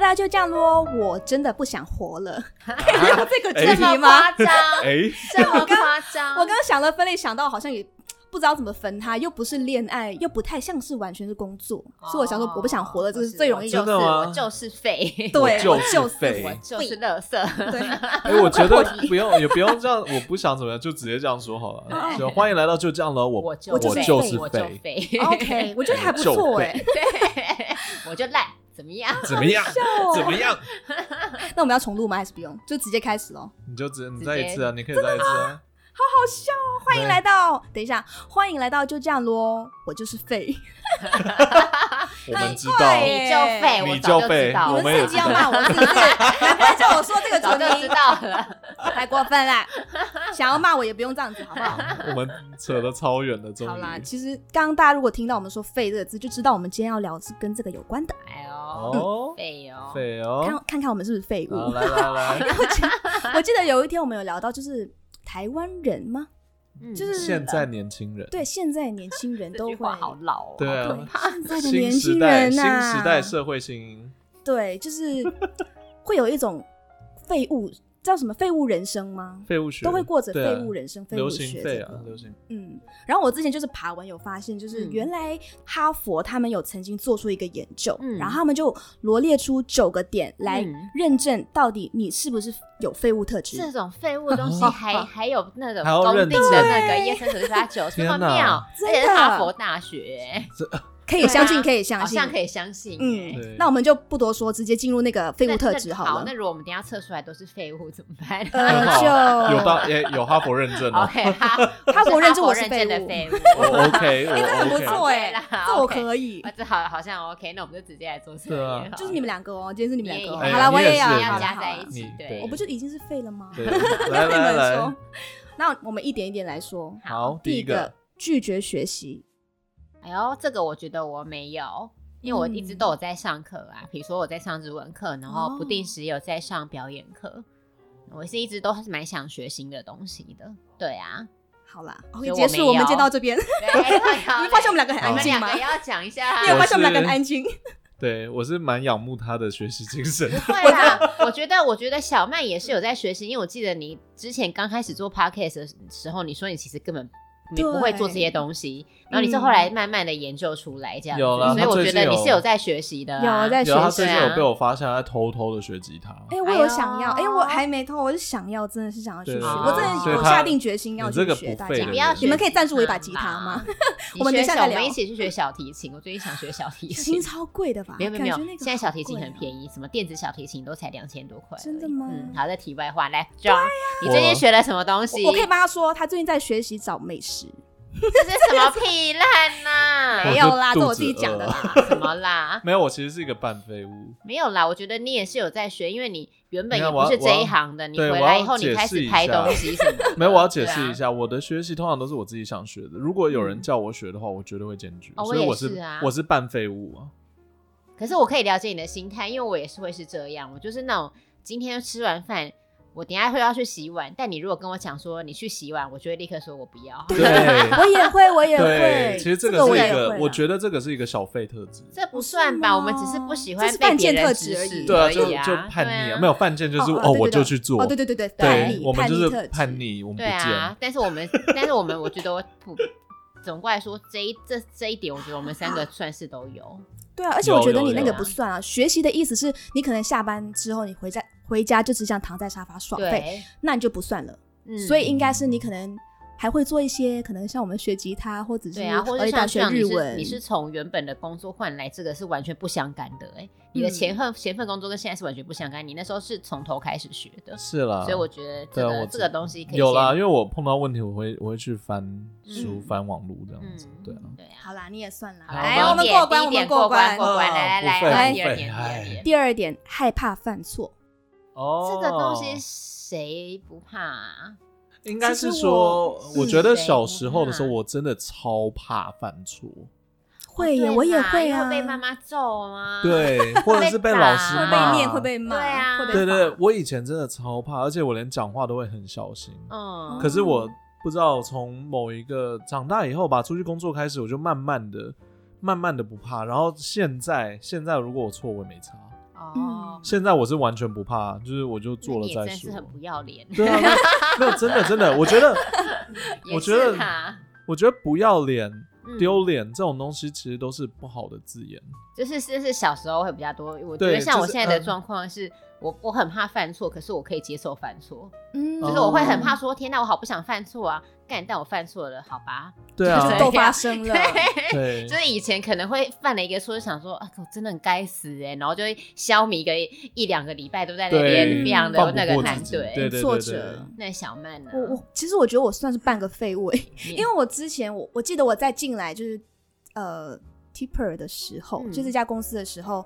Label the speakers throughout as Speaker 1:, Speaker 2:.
Speaker 1: 大就这样咯，我真的不想活 了。
Speaker 2: 啊
Speaker 1: 这个
Speaker 2: 哎
Speaker 1: 这
Speaker 2: 这
Speaker 1: 题
Speaker 2: 么
Speaker 1: 吗？
Speaker 3: 夸张，
Speaker 2: 哎，
Speaker 3: 这么夸张，
Speaker 1: 我刚刚想到分类，想到好像也不知道怎么分它，又不是恋爱，又不太像是完全是工作，
Speaker 3: 哦
Speaker 1: 所以我想说我不想活了，这是最容易
Speaker 3: 就
Speaker 2: 真
Speaker 3: 是
Speaker 2: 的吗
Speaker 3: 我就是废，
Speaker 1: 对
Speaker 2: 我
Speaker 1: 我
Speaker 2: 就
Speaker 1: 就是是
Speaker 2: 废
Speaker 1: 我。
Speaker 3: 就是垃圾。
Speaker 1: 对，
Speaker 2: 哎，我觉 得不用，也不用这样，我不想怎么样，就直接这样说好了。
Speaker 1: 哎
Speaker 3: 对
Speaker 2: 就欢迎来到就这样了，我
Speaker 3: 我
Speaker 2: 我
Speaker 3: 就
Speaker 1: 废
Speaker 2: 就是
Speaker 3: 我就
Speaker 2: 废，
Speaker 3: 废
Speaker 1: 哦 OK，我觉得还不
Speaker 2: 就
Speaker 1: 错
Speaker 2: 废
Speaker 1: 哎、
Speaker 3: 对， 我就烂，怎么样？
Speaker 2: 怎么样？
Speaker 1: 哦
Speaker 2: 怎么样？
Speaker 1: 那我们要重录吗？还是不用？就直接开始喽。
Speaker 2: 你就直你
Speaker 3: 直
Speaker 2: 再一
Speaker 3: 接
Speaker 2: 次啊，你可以再一次啊。
Speaker 1: 好笑哦！欢迎
Speaker 2: 对
Speaker 1: 来到，等一下，欢迎来到，就这样咯。我就是废，
Speaker 2: 我们知道，
Speaker 1: 怪
Speaker 3: 你就废，
Speaker 2: 你
Speaker 3: 我早
Speaker 2: 就
Speaker 3: 就
Speaker 2: 废
Speaker 3: 知
Speaker 2: 我
Speaker 3: 道
Speaker 1: 你
Speaker 3: 了，
Speaker 2: 们
Speaker 1: 们
Speaker 2: 也
Speaker 1: 自己要
Speaker 2: 知道
Speaker 1: 骂我是不 是？难怪叫我说这个
Speaker 3: 早
Speaker 1: 主
Speaker 3: 就知
Speaker 1: 题
Speaker 3: 道了。
Speaker 1: 太过分啦！想要骂我也不用这样子，好不好？
Speaker 2: 啊我们扯得超远的，终
Speaker 1: 好啦，
Speaker 2: 于。
Speaker 1: 其实刚刚大家如果听到我们说“废”这个字，就知道我们今天要聊是跟这个有关的。
Speaker 3: 哎呦，
Speaker 2: 哦，
Speaker 3: 废哦，
Speaker 2: 废哦。
Speaker 1: 看看看我们是不是废物？
Speaker 2: 好，来来来，
Speaker 1: 我记得有一天我们有聊到，就是台湾人吗？
Speaker 3: 嗯
Speaker 1: 就是
Speaker 2: 现在年轻人，
Speaker 1: 对，现在的年轻人
Speaker 3: 这
Speaker 1: 都
Speaker 3: 句
Speaker 1: 会
Speaker 3: 话好老哦。
Speaker 2: 对啊
Speaker 1: 对，现在的
Speaker 2: 新
Speaker 1: 年
Speaker 2: 时
Speaker 1: 轻
Speaker 2: 代，
Speaker 1: 人啊
Speaker 2: 新
Speaker 1: 呐、
Speaker 2: 时代社会精英，
Speaker 1: 对，就是会有一种废物，叫什么废物人生吗？
Speaker 2: 废物学
Speaker 1: 都会过着
Speaker 2: 对啊
Speaker 1: 废物人生、废
Speaker 2: 流
Speaker 1: 物
Speaker 2: 行
Speaker 1: 学
Speaker 2: 废
Speaker 1: 这
Speaker 2: 啊
Speaker 1: 个，
Speaker 2: 流行
Speaker 1: 嗯，然后我之前就是爬文有发现，就是
Speaker 3: 嗯
Speaker 1: 原来哈佛他们有曾经做出一个研究，
Speaker 3: 嗯
Speaker 1: 然后他们就罗列出九个点来
Speaker 3: 嗯
Speaker 1: 认证到底你是不是有废物特质。
Speaker 3: 这种废物的东西还 还有那种
Speaker 2: 还要
Speaker 3: 公
Speaker 2: 认
Speaker 3: 定
Speaker 2: 证
Speaker 3: 的那个叶森九十八九，这
Speaker 2: 天
Speaker 3: 么
Speaker 2: 哪
Speaker 3: 妙，而且是
Speaker 1: 真的
Speaker 3: 哈佛大学，
Speaker 1: 可以相信，
Speaker 3: 对啊
Speaker 1: 可以相
Speaker 3: 好
Speaker 1: 信，
Speaker 3: 像可以相信。
Speaker 1: 嗯
Speaker 2: 对，
Speaker 1: 那我们就不多说，直接进入那个废
Speaker 3: 那
Speaker 1: 物特
Speaker 3: 那
Speaker 1: 质
Speaker 3: 好
Speaker 1: 好了
Speaker 3: 那。 如果我们等一下测出来都是废物怎么办？
Speaker 1: 呃，
Speaker 2: 很好
Speaker 1: 就
Speaker 2: 有到也有哈佛认证哦
Speaker 3: OK，哈，
Speaker 1: 哈佛认证
Speaker 3: 我
Speaker 1: 我
Speaker 3: 是
Speaker 1: 是
Speaker 3: 哈佛认证的
Speaker 1: 废
Speaker 3: 废物，
Speaker 2: 我 OK，我
Speaker 1: 哎，这很不
Speaker 2: OK，
Speaker 1: 错哎
Speaker 3: OK 啦，
Speaker 1: 这我
Speaker 3: OK
Speaker 1: 可以
Speaker 3: 啊，，这好好像 OK，那我们就直接来做测
Speaker 2: 对啊
Speaker 3: 验好了，
Speaker 1: 就是你们两个哦，今天是你们两个哦。
Speaker 2: 哎
Speaker 1: 好啦，
Speaker 2: 你
Speaker 1: 我
Speaker 2: 也
Speaker 1: 也要
Speaker 2: 是
Speaker 1: 好啦
Speaker 3: 要加
Speaker 1: 好
Speaker 3: 在
Speaker 1: 啦
Speaker 3: 一起
Speaker 2: 你，
Speaker 3: 对
Speaker 1: 我不就已经是废了吗？
Speaker 2: 对，
Speaker 1: 跟
Speaker 2: 来
Speaker 1: 你
Speaker 2: 来
Speaker 1: 们
Speaker 2: 来
Speaker 1: 说，，那我们一点一点来说。
Speaker 2: 好，
Speaker 1: 第
Speaker 2: 第
Speaker 1: 一
Speaker 2: 一
Speaker 1: 个
Speaker 2: 个，
Speaker 1: 拒绝学习，
Speaker 3: 哎呦，这个我觉得我没有，因为我一直
Speaker 1: 嗯
Speaker 3: 都有在上课啊，比如说我在上日文课，然后不
Speaker 1: 哦
Speaker 3: 定时也有在上表演课。我是一直都是蛮想学新的东西的，对 啊。
Speaker 1: 好啦
Speaker 3: 所以
Speaker 1: ，OK，
Speaker 3: 我
Speaker 1: 结束，
Speaker 3: 没
Speaker 1: 哦我们
Speaker 3: 有
Speaker 1: 就到这 边。
Speaker 3: 对哎
Speaker 1: 你发现我们两个很
Speaker 3: 好嘞
Speaker 1: 安静吗
Speaker 3: 你们两个？要讲一下
Speaker 1: 你有
Speaker 2: 我
Speaker 1: 发现我们两个很
Speaker 2: 是
Speaker 1: 安静？
Speaker 2: 对我是蛮仰慕他的学习精神，
Speaker 3: 不会啦，我觉得，我觉得小曼也是有在学习，因为我记得你之前刚开始做 podcast 的时候，你说你其实根本你
Speaker 1: 对
Speaker 3: 不会做这些东西，然后你是
Speaker 1: 嗯
Speaker 3: 后来慢慢的研究出来这样子，
Speaker 2: 有啦
Speaker 3: 所以我
Speaker 2: 他
Speaker 3: 觉得
Speaker 2: 最近有
Speaker 3: 你是有在学习的、啊，
Speaker 1: 有在学
Speaker 2: 然后他
Speaker 1: 习
Speaker 2: 最近有
Speaker 3: 啊
Speaker 2: 被我发现他在偷偷的学吉他，
Speaker 1: 哎，我有
Speaker 3: 哎
Speaker 1: 想要，哎，
Speaker 3: 呦
Speaker 1: 我还没偷，我是想要，真的是想要去
Speaker 2: 对啊
Speaker 1: 学，
Speaker 2: 对
Speaker 3: 对
Speaker 1: 我真
Speaker 3: 所
Speaker 1: 的
Speaker 3: 以
Speaker 1: 有
Speaker 3: 他
Speaker 1: 下定决心要
Speaker 2: 你这个
Speaker 1: 去学。
Speaker 2: 不
Speaker 1: 大
Speaker 2: 废
Speaker 1: 家
Speaker 2: 的
Speaker 3: 你不要
Speaker 2: 人
Speaker 3: 学
Speaker 1: 你们可以赞助我一把吉他吗？
Speaker 3: 啊你
Speaker 1: 我们等一
Speaker 3: 学
Speaker 1: 下
Speaker 3: 小
Speaker 1: 再
Speaker 3: 我们
Speaker 1: 聊
Speaker 3: 一起去学小提琴，我最近想学小提
Speaker 1: 小提琴
Speaker 3: 琴。
Speaker 1: 超贵的吧？
Speaker 3: 没有没有没有
Speaker 1: 感觉那，个
Speaker 3: 现在小提琴
Speaker 1: 好
Speaker 3: 很
Speaker 1: 贵哦
Speaker 3: 便宜，什么电子小提琴都才两千多块而已。
Speaker 1: 真的吗
Speaker 3: 嗯，好，这题外话，来，John，你最近学了什么东西？
Speaker 1: 我我可以帮他说，他最近在学习找美食，
Speaker 3: 这是什么屁烂呐、
Speaker 2: 我
Speaker 1: 没
Speaker 2: 就
Speaker 1: 有啦，
Speaker 2: 肚
Speaker 1: 这我
Speaker 2: 子
Speaker 1: 自己讲的
Speaker 2: 饿
Speaker 1: 啦。
Speaker 3: 什么啦？
Speaker 2: 没有，我其实是一个半废物，
Speaker 3: 没有啦，我觉得你也是有在学，因为你原本
Speaker 2: 没有
Speaker 3: 也
Speaker 2: 我要
Speaker 3: 不是这一行的，你
Speaker 2: 对
Speaker 3: 回
Speaker 2: 我要
Speaker 3: 来以后你开
Speaker 2: 解释
Speaker 3: 始
Speaker 2: 一
Speaker 3: 拍
Speaker 2: 下
Speaker 3: 东西什么的。
Speaker 2: 没有，我要解释一
Speaker 3: 对啊。
Speaker 2: 下，我的学习通常都是我自己想学的。如果有人
Speaker 3: 嗯
Speaker 2: 叫我学的话，我绝对会坚决。
Speaker 3: 哦
Speaker 2: 所以
Speaker 3: 我也
Speaker 2: 我
Speaker 3: 是啊
Speaker 2: 我是半废物啊。
Speaker 3: 可是我可以了解你的心态，因为我也是会是这样，我就是那种今天吃完饭，我等一下会要去洗碗，但你如果跟我讲说你去洗碗，我就会立刻说我不要。
Speaker 2: 对
Speaker 1: 我也会，我也
Speaker 2: 对
Speaker 1: 会，。
Speaker 2: 其实这
Speaker 1: 这
Speaker 2: 个是
Speaker 1: 我
Speaker 2: 一
Speaker 1: 也
Speaker 2: 个
Speaker 1: 会，啊
Speaker 2: 我
Speaker 1: 啦
Speaker 2: 觉得这个是一个小废特质。
Speaker 3: 这不算吧？
Speaker 1: 不是吗
Speaker 3: 我们只是不喜
Speaker 1: 这
Speaker 3: 欢
Speaker 1: 是
Speaker 3: 被
Speaker 1: 犯
Speaker 3: 别
Speaker 1: 贱
Speaker 3: 人
Speaker 1: 特
Speaker 3: 指
Speaker 1: 质
Speaker 3: 使
Speaker 1: 而已
Speaker 2: 对啊，
Speaker 3: 而
Speaker 2: 就
Speaker 3: 已啊，
Speaker 2: 就叛逆
Speaker 3: 对啊，
Speaker 2: 没有犯贱，就是
Speaker 1: 哦
Speaker 2: 哦，
Speaker 1: 对
Speaker 2: 我
Speaker 1: 对对
Speaker 2: 就去做
Speaker 1: 哦，。对对对对，
Speaker 3: 对
Speaker 1: 叛逆，
Speaker 2: 我们
Speaker 1: 叛
Speaker 2: 就
Speaker 1: 逆特
Speaker 2: 是
Speaker 1: 质
Speaker 2: 叛逆，我们不
Speaker 3: 对啊
Speaker 2: 见。。
Speaker 3: 但是我们，但是我们，我觉得我不，总过来说这一这这一点，我觉得我们三个算是都有。
Speaker 1: 对啊，而且我
Speaker 2: 有
Speaker 1: 觉得
Speaker 2: 有
Speaker 1: 你那
Speaker 2: 有
Speaker 1: 个不算啊。学习的意思是你可能下班之后，你回家回家就只想躺在沙发耍废，
Speaker 3: 对，
Speaker 1: 那你就不算了。
Speaker 3: 嗯
Speaker 1: 所以应该是你可能还会做一些，可能像我们学吉他，或者是
Speaker 3: 对啊，或者
Speaker 1: 一档
Speaker 3: 像这
Speaker 1: 学日
Speaker 3: 样，你是
Speaker 1: 文。
Speaker 3: 你是从原本的工作换来这个是完全不相干的、欸，哎，你的前份前份工作跟现在是完全不相干，你那时候是从头开始学的，
Speaker 2: 是啦，
Speaker 3: 所以我觉得这
Speaker 2: 对啊
Speaker 3: 个
Speaker 2: 我
Speaker 3: 这个东西可以
Speaker 2: 有啦，因
Speaker 3: 先
Speaker 2: 为我碰到问题，我会我会去翻书、
Speaker 3: 嗯
Speaker 2: 翻网路这样子。对啊，
Speaker 3: 对啊，
Speaker 1: 好啦，你也算啦。
Speaker 3: 好
Speaker 1: 来，
Speaker 3: 第一
Speaker 1: 我们
Speaker 3: 点
Speaker 1: 过关，
Speaker 3: 第一
Speaker 1: 我
Speaker 3: 点
Speaker 1: 们
Speaker 3: 过
Speaker 1: 关。
Speaker 3: 过关，
Speaker 2: 啊
Speaker 3: 来
Speaker 2: 不
Speaker 3: 来
Speaker 1: 不
Speaker 2: 废
Speaker 3: 来，第二
Speaker 2: 废
Speaker 3: 点，第
Speaker 2: 哎
Speaker 3: 二点，
Speaker 1: 第二点，害怕犯错。
Speaker 2: 哦，
Speaker 3: 这个东西谁不怕、啊？
Speaker 2: 应该
Speaker 1: 其
Speaker 2: 是
Speaker 1: 实
Speaker 2: 说，
Speaker 1: 我
Speaker 2: 我觉得
Speaker 3: 是
Speaker 2: 小
Speaker 3: 谁
Speaker 2: 时候的时候，
Speaker 3: 不
Speaker 2: 我真的超怕犯错，
Speaker 1: 会
Speaker 3: 对
Speaker 1: 耶，我也
Speaker 3: 嘛
Speaker 1: 会
Speaker 3: 因为
Speaker 1: 啊。
Speaker 3: 被妈妈揍
Speaker 1: 嗯
Speaker 3: 啊，，
Speaker 2: 对，或者
Speaker 3: 被
Speaker 2: 是被
Speaker 3: 打
Speaker 2: 老师
Speaker 1: 会
Speaker 2: 骂，
Speaker 1: 被念，会被骂，
Speaker 3: 对啊
Speaker 1: 会被
Speaker 2: 对对
Speaker 1: 罚，
Speaker 2: 我以前真的超怕，而且我连讲话都会很小心。
Speaker 3: 嗯，
Speaker 2: 可是我不知道从某一个长大以后吧，出去工作开始，我就慢慢的、慢慢的不怕。然后现在，现在如果我错，我也没差。
Speaker 3: 哦，哦，
Speaker 2: 现在我是完全不怕，就是我就嗯做
Speaker 3: 那
Speaker 2: 了
Speaker 3: 你也
Speaker 2: 再
Speaker 3: 真
Speaker 2: 说
Speaker 3: 是。很不要脸，
Speaker 2: 对啊，那没有真的真的，我觉得
Speaker 3: 也
Speaker 2: 我
Speaker 3: 是
Speaker 2: 觉得
Speaker 3: 啦
Speaker 2: 我觉得不要脸、
Speaker 3: 嗯
Speaker 2: 丢脸这种东西其实都是不好的字眼。
Speaker 3: 就是就是小时候会比较多。我觉
Speaker 2: 对
Speaker 3: 得像
Speaker 2: 就
Speaker 3: 我
Speaker 2: 是
Speaker 3: 现在的
Speaker 2: 嗯
Speaker 3: 状况是，我我很怕犯错，可是我可以接受犯错，
Speaker 1: 嗯
Speaker 2: 哦
Speaker 3: 就是我会很怕说，天哪，我好不想犯错啊，干，但我犯错了，好吧。
Speaker 2: 对啊
Speaker 1: 就，是
Speaker 3: 对
Speaker 1: 都发生了。
Speaker 2: 对
Speaker 3: 就，是以前可能会犯了一个错，就想说啊，我真的很该死哎、然后就会消弭个一一两个礼拜都在那边
Speaker 2: 对，
Speaker 3: 非常的
Speaker 2: 放
Speaker 3: 那
Speaker 2: 不
Speaker 3: 个
Speaker 2: 过
Speaker 3: 难
Speaker 2: 自己，
Speaker 3: 对。
Speaker 2: 对对
Speaker 1: 挫
Speaker 2: 对
Speaker 1: 折
Speaker 2: 对，
Speaker 3: 那小曼呢？
Speaker 1: 我我其实我觉得我算是半个废物，欸因
Speaker 3: 因
Speaker 1: 为我之前我我记得我在进来就是呃 Tipper 的时候，
Speaker 3: 嗯
Speaker 1: 就这家公司的时候，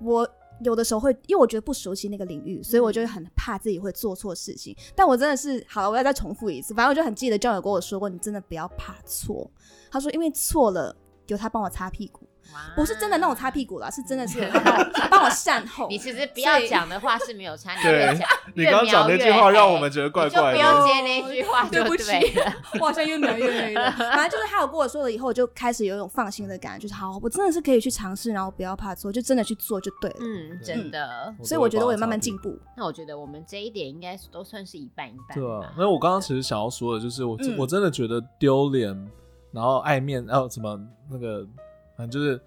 Speaker 1: 我有的时候会因为我觉得不熟悉那个领域，所以我就会很怕自己会做错事情。但我真的是好了，我要再重复一次，反正我就很记得教友跟我说过，你真的不要怕错。他说因为错了。有他帮我擦屁股，不是真的那种擦屁股啦，是真的是有他帮我 帮我善后。
Speaker 3: 你其实不要
Speaker 1: 所以
Speaker 3: 讲的话是没有差，你
Speaker 2: 对
Speaker 3: 越讲嗯
Speaker 2: 你
Speaker 3: 越
Speaker 2: 刚刚
Speaker 3: 描
Speaker 2: 讲那
Speaker 3: 越
Speaker 2: 句话
Speaker 3: 黑
Speaker 2: 让我们觉得怪
Speaker 3: 你就
Speaker 2: 怪
Speaker 3: 不要
Speaker 2: 的。
Speaker 3: 接那句话就
Speaker 1: 对不起
Speaker 3: 了。
Speaker 1: 我好像越描越黑了。反正就是他有跟我说了以后，我就开始有一种放心的感觉，就是好，我真的是可以去尝试，然后不要怕错，就真的去做就对了。
Speaker 3: 嗯，真的。
Speaker 1: 所以我觉得我也慢慢进步。
Speaker 3: 那我觉得我们这一点应该都算是一半一半。
Speaker 2: 对啊，那我刚刚其实想要说的就是我，
Speaker 1: 嗯
Speaker 2: 我真的觉得丢脸，然后爱面，然后什么那个，反正就是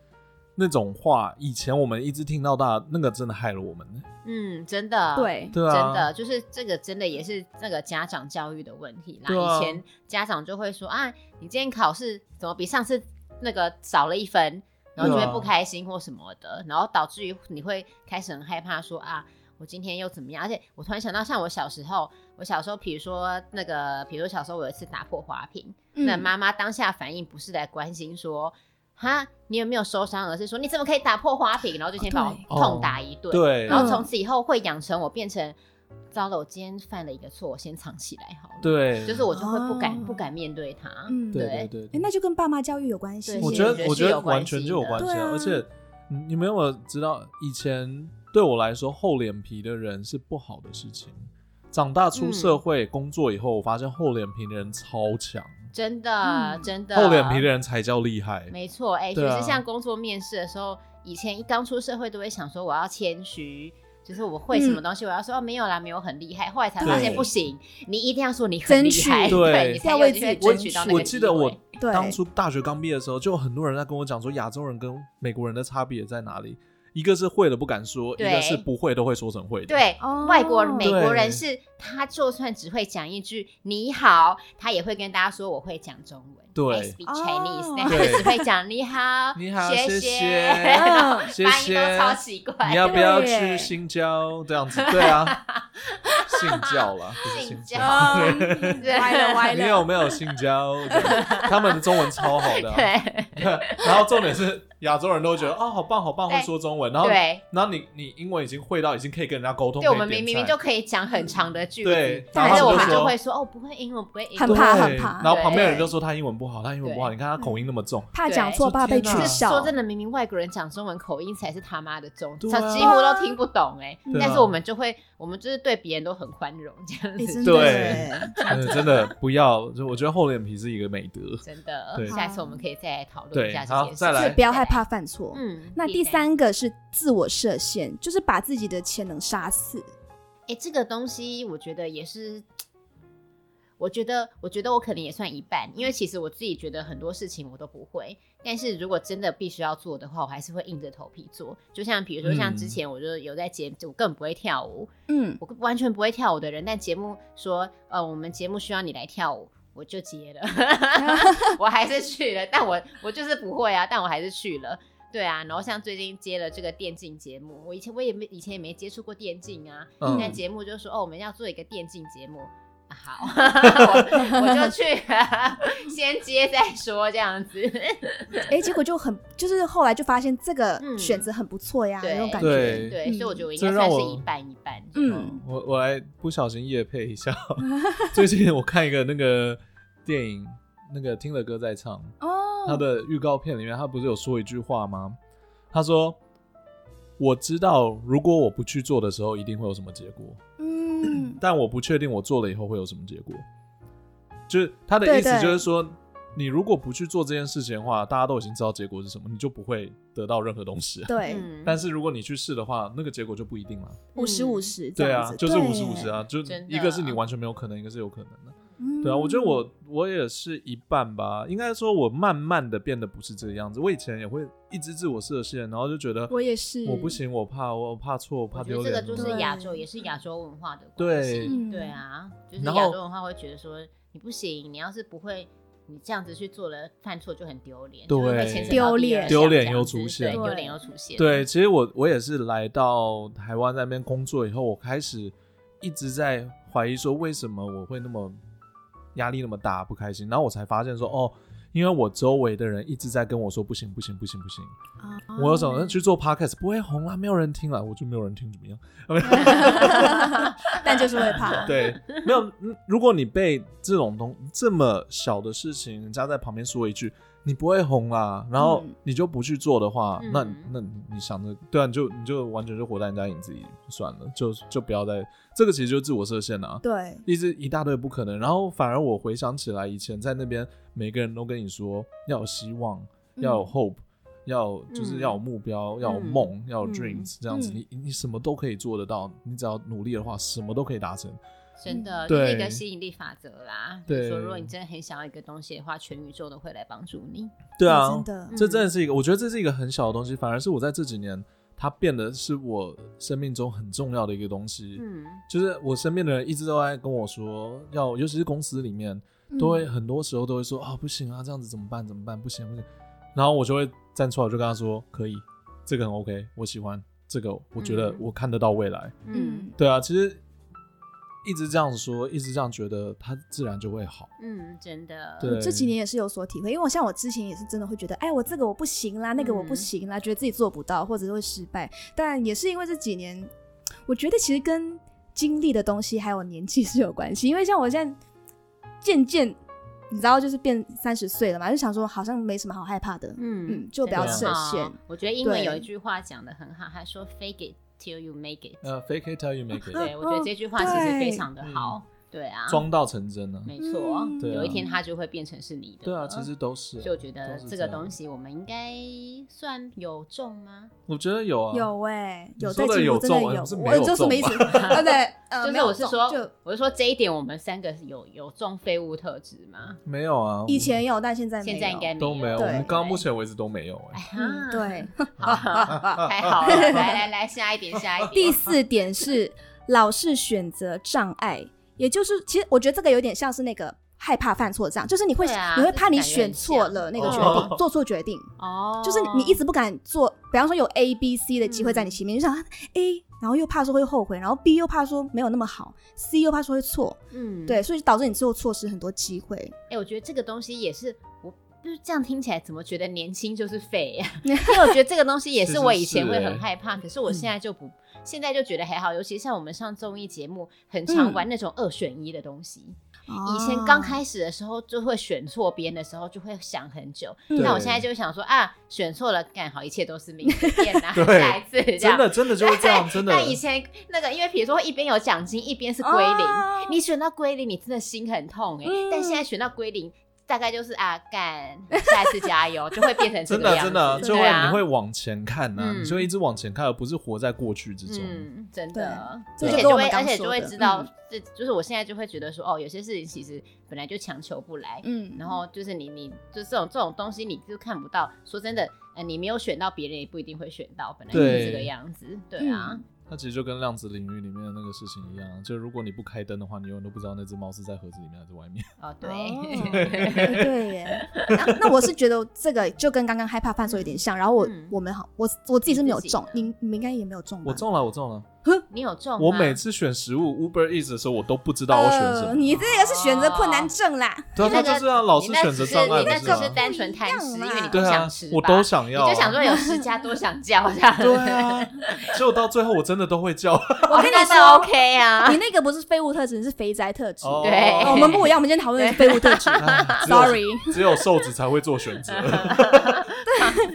Speaker 2: 那种话，以前我们一直听到大，那个真的害了我们。
Speaker 3: 嗯，真的，。
Speaker 1: 对，
Speaker 2: 对
Speaker 3: 真
Speaker 2: 啊，
Speaker 3: 的，就是这个，真的也是那个家长教育的问题啦。
Speaker 2: 对啊
Speaker 3: 以前家长就会说啊，你今天考试怎么比上次那个少了一分，然后就
Speaker 2: 对
Speaker 3: 会
Speaker 2: 啊
Speaker 3: 不开心或什么的，然后导致于你会开始很害怕说啊，我今天又怎么样？而且我突然想到，像我小时候，我小时候，比如说那个，比如说小时候我有一次打破花瓶，那
Speaker 1: 嗯
Speaker 3: 妈妈当下反应不是来关心说。哈，你有没有受伤？而是说你怎么可以打破花瓶？然后就先把我
Speaker 1: 哦对嗯
Speaker 3: 痛打一顿。
Speaker 2: 哦对
Speaker 3: 然后从此以后会养成我变成，糟了，我今天犯了一个错，我先藏起来好了。，
Speaker 2: 对，
Speaker 3: 就是我就会不敢、
Speaker 1: 哦
Speaker 3: 不敢面对它。
Speaker 1: 嗯，
Speaker 2: 对
Speaker 3: 对
Speaker 2: 对对
Speaker 1: 哎，那就跟爸妈教育有关系耶。
Speaker 3: 对
Speaker 2: 我
Speaker 3: 是
Speaker 2: 觉
Speaker 3: 我觉
Speaker 2: 得，
Speaker 3: 得
Speaker 2: 我
Speaker 3: 是
Speaker 2: 觉得
Speaker 3: 有关
Speaker 2: 完全
Speaker 3: 系
Speaker 2: 就有
Speaker 3: 的
Speaker 2: 关系
Speaker 1: 对啊
Speaker 2: 而且你你们有没有知道，以前对我来说厚脸皮的人是不好的事情。长大出社
Speaker 3: 嗯
Speaker 2: 会、工作以后，我发现厚脸皮的人超强，
Speaker 3: 真的、
Speaker 1: 嗯
Speaker 3: 真的，
Speaker 2: 厚脸皮的人才叫厉害。
Speaker 3: 啊没错，哎、就
Speaker 2: 对啊
Speaker 3: 是像工作面试的时候，以前一刚出社会都会想说我要谦虚。就是我会什么东西，我要说、哦没有啦，没有很厉害。后来才发现
Speaker 2: 嗯对
Speaker 3: 不行，你一定要说你很厉
Speaker 1: 争取
Speaker 3: 害，
Speaker 2: 对
Speaker 3: 对，你才
Speaker 1: 要
Speaker 3: 有
Speaker 1: 为
Speaker 3: 机
Speaker 1: 自
Speaker 3: 会
Speaker 1: 己
Speaker 2: 我
Speaker 3: 争取到那个
Speaker 2: 我记得
Speaker 3: 机会
Speaker 2: 我
Speaker 1: 对
Speaker 2: 当初大学刚毕业的时候，就有很多人在跟我讲说，亚洲人跟美国人的差别在哪里？一个是会的不敢说，一
Speaker 3: 对
Speaker 2: 个是不会都会说成会的。
Speaker 3: 对，
Speaker 1: 哦
Speaker 3: 外国人美国人
Speaker 2: 对
Speaker 3: 是他就算只会讲一句“你好”，他也会跟大家说我会讲中文，
Speaker 2: 对
Speaker 3: I，speak Chinese，、
Speaker 1: 哦
Speaker 3: 但他
Speaker 2: 对
Speaker 3: 只会讲“你好”，
Speaker 2: 你好
Speaker 3: 谢
Speaker 2: 谢谢
Speaker 3: 然后
Speaker 2: 谢
Speaker 3: 发音都
Speaker 2: 谢
Speaker 3: 超奇怪。
Speaker 2: 你要不要
Speaker 1: 对耶
Speaker 2: 去新交？这样子，对 啊，信教啦，不是
Speaker 3: 性
Speaker 2: 信
Speaker 3: 交
Speaker 2: 教。
Speaker 1: 嗯歪了歪
Speaker 2: 你
Speaker 1: 了，
Speaker 2: 有没有性交？对他们的中文超好的啊、
Speaker 3: 对
Speaker 2: 然后重点是亚洲人都觉得哦，好棒好棒，
Speaker 3: 对
Speaker 2: 会说中文。然后，
Speaker 3: 对
Speaker 2: 然后你你英文已经会到已经可以跟人家沟通，
Speaker 3: 对，我们
Speaker 2: 可以点
Speaker 3: 明明明
Speaker 2: 菜
Speaker 3: 就可以讲很长的句
Speaker 2: 对
Speaker 3: 子，，
Speaker 1: 但
Speaker 2: 然
Speaker 3: 是
Speaker 2: 后
Speaker 3: 我
Speaker 2: 他
Speaker 3: 们
Speaker 2: 们
Speaker 3: 就
Speaker 2: 说
Speaker 3: 会说哦，不会英文，不会英
Speaker 1: 很
Speaker 3: 文。
Speaker 1: 怕
Speaker 2: 对
Speaker 1: 很 怕
Speaker 2: 然后旁边的人
Speaker 3: 对
Speaker 2: 就说他英文不好，他英文不好，
Speaker 3: 对
Speaker 2: 你看他口音那么重，
Speaker 1: 怕
Speaker 3: 对
Speaker 1: 讲错，
Speaker 2: 说
Speaker 1: 怕被取
Speaker 2: 天哪
Speaker 1: 笑。
Speaker 3: 说真的，明明外国人讲中文口音才是他妈的重，
Speaker 2: 对
Speaker 3: 他
Speaker 2: 啊
Speaker 3: 几乎都听不懂哎、
Speaker 1: 对啊
Speaker 3: 但是我们就会，我们就是对别人都很宽容这样
Speaker 1: 哎，
Speaker 3: 子
Speaker 1: 真，的
Speaker 2: 对
Speaker 1: 耶，
Speaker 2: 呃 真的不要，就我觉得厚脸皮是一个美德。
Speaker 3: 真的
Speaker 2: 对，
Speaker 3: 下次我们可以再来讨论
Speaker 2: 对
Speaker 3: 一下这
Speaker 2: 好
Speaker 3: 件事。
Speaker 2: 再来
Speaker 1: 所以不要害。怕犯错。
Speaker 3: 嗯，
Speaker 1: 那第，三个是自我设限，就是把自己的潜能杀死。
Speaker 3: 哎，这个东西我觉得也是，我觉得，我觉得我可能也算一半，因为其实我自己觉得很多事情我都不会，但是如果真的必须要做的话，我还是会硬着头皮做。就像比如说，像
Speaker 2: 嗯
Speaker 3: 之前我就有在节，我根本不会跳舞，
Speaker 1: 嗯，
Speaker 3: 我完全不会跳舞的人，但节目说，呃，我们节目需要你来跳舞，我就接了， 我还是去了，但我我就是不会啊，但我还是去了。对啊，然后像最近接了这个电竞节目，我以前我也没以前也没接触过电竞啊，
Speaker 2: 嗯
Speaker 3: 但节目就说哦，我们要做一个电竞节目，啊、好，我我就去了，先接再说这样子。
Speaker 1: 哎，结果就很，就是后来就发现这个
Speaker 3: 嗯
Speaker 1: 选择很不错呀，
Speaker 3: 对
Speaker 1: 那种感觉。
Speaker 2: 对
Speaker 3: 对，
Speaker 1: 嗯
Speaker 3: 所以我觉得我应该
Speaker 2: 这让
Speaker 3: 算
Speaker 2: 我
Speaker 3: 是一半一半。
Speaker 1: 嗯，
Speaker 2: 我我来不小心夜配一 下，最近我看一个那个电影，那个听了歌在唱，
Speaker 1: 哦，
Speaker 2: 他的预告片里面他不是有说一句话吗？他说：“我知道如果我不去做的时候，一定会有什么结果，
Speaker 1: 嗯，
Speaker 2: 但我不确定我做了以后会有什么结果。”就是他的
Speaker 1: 对
Speaker 2: 意思
Speaker 1: 对
Speaker 2: 就是说，你如果不去做这件事情的话，大家都已经知道结果是什么，你就不会得到任何东西啊。
Speaker 1: 对，
Speaker 3: 嗯
Speaker 2: 但是如果你去试的话，那个结果就不一定了。
Speaker 1: 五十五十这
Speaker 2: 对
Speaker 1: 样
Speaker 2: 啊
Speaker 1: 子，，
Speaker 2: 就是
Speaker 1: 对
Speaker 2: 五十五十，啊，就
Speaker 3: 真的
Speaker 2: 一个是你完全没有可能，一个是有可能的。
Speaker 1: 嗯
Speaker 2: 对啊，我觉得我我也是一半吧，应该说我慢慢的变得不是这个样子。我以前也会一直自我设限，然后就觉得
Speaker 1: 我也是
Speaker 2: 我不行，我怕我怕错，我怕
Speaker 3: 我觉
Speaker 2: 丢
Speaker 3: 得这
Speaker 2: 脸
Speaker 3: 个
Speaker 2: 啊。
Speaker 3: 就是亚洲，也是亚洲文化的关
Speaker 2: 对
Speaker 3: 系。
Speaker 1: 嗯
Speaker 3: 对啊，就是
Speaker 2: 然
Speaker 3: 亚
Speaker 2: 后
Speaker 3: 洲文化会觉得说你不行，你要是不会，你这样子去做了犯错就很丢脸，
Speaker 2: 对
Speaker 3: 就会牵扯到
Speaker 1: 丢
Speaker 3: 第
Speaker 1: 脸
Speaker 3: 二项
Speaker 2: 丢脸
Speaker 3: 这样
Speaker 2: 又
Speaker 3: 子
Speaker 2: 出现
Speaker 3: 对，
Speaker 1: 对
Speaker 3: 丢脸又出现，
Speaker 2: 对，，其实我我也是来到台湾那边工作以后，我开始一直在怀疑说，为什么我会那么压力那么大，不开心？然后我才发现说，哦，因为我周围的人一直在跟我说，不行，不行，不行，不行。
Speaker 1: 啊
Speaker 2: 我有 种去做 podcast 不会红啦，没有人听啦，我就没有人听怎么样？
Speaker 1: 但就是会 怕，
Speaker 2: 对，没有。嗯如果你被这种东这么小的事情，人家在旁边说一句“你不会红啦”，然后
Speaker 1: 嗯
Speaker 2: 你就不去做的话，
Speaker 3: 嗯
Speaker 2: 那那你你想着，对啊，你就你就完全就活在人家影子里算了，就就不要再这个，其实就是自我设限了、啊。
Speaker 1: 对，
Speaker 2: 一直一大堆不可能，然后反而我回想起来，以前在那边，每个人都跟你说要有希望，
Speaker 1: 嗯
Speaker 2: 要有 hope，、要就是要有目标，要有梦，要有 dreams，、这样子，
Speaker 1: 嗯
Speaker 2: 你你什么都可以做得到，你只要努力的话，什么都可以达成。
Speaker 3: 真
Speaker 2: 嗯
Speaker 3: 的就是
Speaker 2: 对
Speaker 3: 一个吸引力法则啦。
Speaker 2: 对
Speaker 3: 就是说如果你真的很想要一个东西的话，全宇宙都会来帮助你。
Speaker 2: 对啊，
Speaker 1: 真的
Speaker 2: 这真的
Speaker 3: 嗯
Speaker 2: 是一个，我觉得这是一个很小的东西，反而是我在这几年，它变得是我生命中很重要的一个东西。
Speaker 3: 嗯，
Speaker 2: 就是我身边的人一直都在跟我说，要尤其是公司里面，
Speaker 1: 嗯
Speaker 3: 嗯
Speaker 2: 都会很多时候都会说啊、不行啊，这样子怎么办？怎么办？不行不行。然后我就会站出来，我就跟他说，可以，这个很 OK，我喜欢这个，我觉得
Speaker 3: 嗯
Speaker 2: 我看得到未来。
Speaker 3: 嗯
Speaker 1: 嗯
Speaker 2: 对啊，其实一直这样说，一直这样觉得，它自然就会好。
Speaker 3: 嗯，真的。
Speaker 2: 对
Speaker 1: 我这几年也是有所体会，因为我像我之前也是真的会觉得，哎，我这个我不行啦，那个
Speaker 2: 嗯
Speaker 1: 我不行啦，觉得自己做不到或者是会失败。但也是因为这几年，我觉得其实跟经历的东西还有年纪是有关系，因为像我现在渐渐。你知道，就是变三十岁了嘛，就想说好像没什么好害怕的，
Speaker 3: 嗯
Speaker 1: 嗯，就不要
Speaker 3: 真的
Speaker 1: 设
Speaker 3: 好
Speaker 1: 限。
Speaker 3: 我觉得英文
Speaker 1: 对
Speaker 3: 有一句话讲的很好，他说 “fake it till you make it”。
Speaker 2: 呃，fake it till you
Speaker 1: 嗯
Speaker 2: make
Speaker 3: 对，
Speaker 2: it，
Speaker 3: 我觉得这句话其实非常的
Speaker 2: 对
Speaker 3: 好。对啊，
Speaker 2: 装到成真呢、
Speaker 3: 没错，
Speaker 1: 嗯
Speaker 2: 对啊
Speaker 3: 有一天它就会变成是你的。
Speaker 2: 对啊，其实。都是。
Speaker 3: 所以我觉得
Speaker 2: 都是
Speaker 3: 这
Speaker 2: 这
Speaker 3: 个
Speaker 2: 样
Speaker 3: 东西，我们应该算有中吗？
Speaker 2: 我觉得有啊，
Speaker 1: 有哎、
Speaker 2: 你
Speaker 1: 有在
Speaker 2: 说的
Speaker 1: 进
Speaker 2: 有
Speaker 1: 步，真的
Speaker 2: 中文
Speaker 1: 有，
Speaker 2: 是没
Speaker 1: 我
Speaker 2: 有
Speaker 1: 就
Speaker 2: 中
Speaker 1: 什么意
Speaker 2: 吧
Speaker 1: 思？啊对，呃，
Speaker 3: 就
Speaker 1: 没
Speaker 3: 是
Speaker 1: 有
Speaker 3: 我是
Speaker 1: 中就
Speaker 3: 说，我是说这一点，我们三个有有中废物特质吗？
Speaker 2: 没有啊？
Speaker 1: 以前有，但现在嗯没
Speaker 3: 现在应该
Speaker 2: 都没有，
Speaker 1: 对
Speaker 2: 我们刚刚目前为止都没有哎、
Speaker 1: 嗯，
Speaker 3: 啊，
Speaker 1: 对。
Speaker 3: 好， 太好了，来来来，下一点，下一
Speaker 1: 第
Speaker 3: 点。
Speaker 1: 四点是老是选择障碍，也就是其实我觉得这个有点像是那个害怕犯错这样，就是你会、
Speaker 3: 对啊
Speaker 1: 你会怕你选错了
Speaker 3: 这
Speaker 1: 那
Speaker 2: 感觉
Speaker 1: 个决
Speaker 2: 很像
Speaker 1: 定，
Speaker 2: 哦
Speaker 1: 做错决定，
Speaker 3: 哦，嗯
Speaker 1: 就是你一直不敢做。比方说有 A、B、C 的机会在你前面，你就想啊 A，然后又怕说会后悔，然后 B 又怕说没有那么好，C 又怕说会错，
Speaker 3: 嗯，
Speaker 1: 对，所以导致你最后错失很多机会。
Speaker 3: 哎、我觉得这个东西也是我。就是这样听起来，怎么觉得年轻就是废呀、 因为我觉得这个东西也
Speaker 2: 是
Speaker 3: 是
Speaker 2: 是
Speaker 3: 我以前
Speaker 2: 是
Speaker 3: 会
Speaker 2: 欸
Speaker 3: 很害怕，可是我现在就不，现在就觉得还好。尤其像我们上综艺节目，很常
Speaker 1: 嗯
Speaker 3: 玩那种二选一的东西。以前
Speaker 2: 哦
Speaker 3: 刚开始的时候，就会选错边的时候，就会想很久。
Speaker 1: 嗯
Speaker 2: 对
Speaker 3: 那我现在就会想说啊，选错了，干好，一切都是命， 随便啦，
Speaker 2: 对
Speaker 3: 下一次这
Speaker 2: 真
Speaker 3: 样。哎
Speaker 2: 的真的 就会这样，真的。
Speaker 3: 那以前那个，因为比如说一边有奖金，一边是归零，
Speaker 1: 哦
Speaker 3: 你选到归零，你真的心很痛哎、
Speaker 1: 嗯
Speaker 3: 但现在选到归零，大概就是啊，干，下一次加油，就会变成这
Speaker 2: 真
Speaker 3: 个
Speaker 2: 的
Speaker 3: 样
Speaker 2: 真
Speaker 3: 子，
Speaker 2: 的就
Speaker 3: 对
Speaker 2: 会、
Speaker 3: 啊、
Speaker 2: 你会往前看呐、
Speaker 3: 嗯
Speaker 2: 你就会一直往前看，而不是活在过去之中。
Speaker 3: 嗯，真的，
Speaker 1: 对
Speaker 2: 这啊
Speaker 3: 而且
Speaker 2: 就
Speaker 1: 跟
Speaker 3: 就
Speaker 1: 我
Speaker 3: 会
Speaker 1: 们刚
Speaker 3: 而且
Speaker 1: 说
Speaker 3: 就会
Speaker 1: 的
Speaker 3: 知道
Speaker 1: 嗯，
Speaker 3: 这、就是我现在就会觉得说，哦，有些事情其实本来就强求不来，
Speaker 1: 嗯，
Speaker 3: 然后就是你你就这种这种东西你就看不到，说真的。呃，你没有选到，别人也不一定会选到，本来就是
Speaker 2: 对嗯
Speaker 3: 这个样子，对啊，
Speaker 2: 它其实就跟量子领域里面的那个事情一样，啊就如果你不开灯的话，你永远都不知道那只猫是在盒子里面还是外面。
Speaker 3: 哦，对，
Speaker 1: 哎对耶，那那我是觉得这个就跟刚刚害怕犯错有点像，然后我、
Speaker 3: 嗯
Speaker 1: 我们好，我我自己是没有中，
Speaker 3: 你
Speaker 1: 你你们应该也没有
Speaker 3: 嗯
Speaker 1: 中吧？
Speaker 2: 我中了，我中了。
Speaker 3: 你有中吗？
Speaker 2: 我每次选食物 Uber Eats 的时候，我都不知道我选什
Speaker 1: 呃
Speaker 2: 么。
Speaker 1: 你这个是选择困难症啦，
Speaker 2: 对啊，
Speaker 3: 你那
Speaker 2: 他就
Speaker 3: 个
Speaker 2: 是啊，老
Speaker 3: 你
Speaker 2: 是
Speaker 3: 那
Speaker 2: 选
Speaker 3: 只
Speaker 2: 择
Speaker 3: 是
Speaker 2: 障碍，
Speaker 3: 你那
Speaker 2: 不
Speaker 3: 只
Speaker 2: 是
Speaker 3: 是
Speaker 2: 吗？
Speaker 3: 单纯贪吃，
Speaker 1: 不一
Speaker 3: 因
Speaker 1: 样啦
Speaker 3: 为你都
Speaker 2: 对
Speaker 3: 想
Speaker 2: 啊
Speaker 3: 吃，吧，
Speaker 2: 我都想
Speaker 3: 你
Speaker 2: 要啊。
Speaker 3: 就想说有十家都想叫这样，
Speaker 2: 对啊， 结果到最后我真的都会 叫。
Speaker 1: 我跟你
Speaker 3: 哦那是
Speaker 1: 说
Speaker 3: OK 啊
Speaker 1: 你，那个不是废物特质，你是肥宅特质。
Speaker 2: 哦
Speaker 3: 对
Speaker 1: 哦我 们不一样，我们今天讨论的是废物特质。
Speaker 2: 啊只有
Speaker 1: Sorry，
Speaker 2: 只有瘦子才会做选择。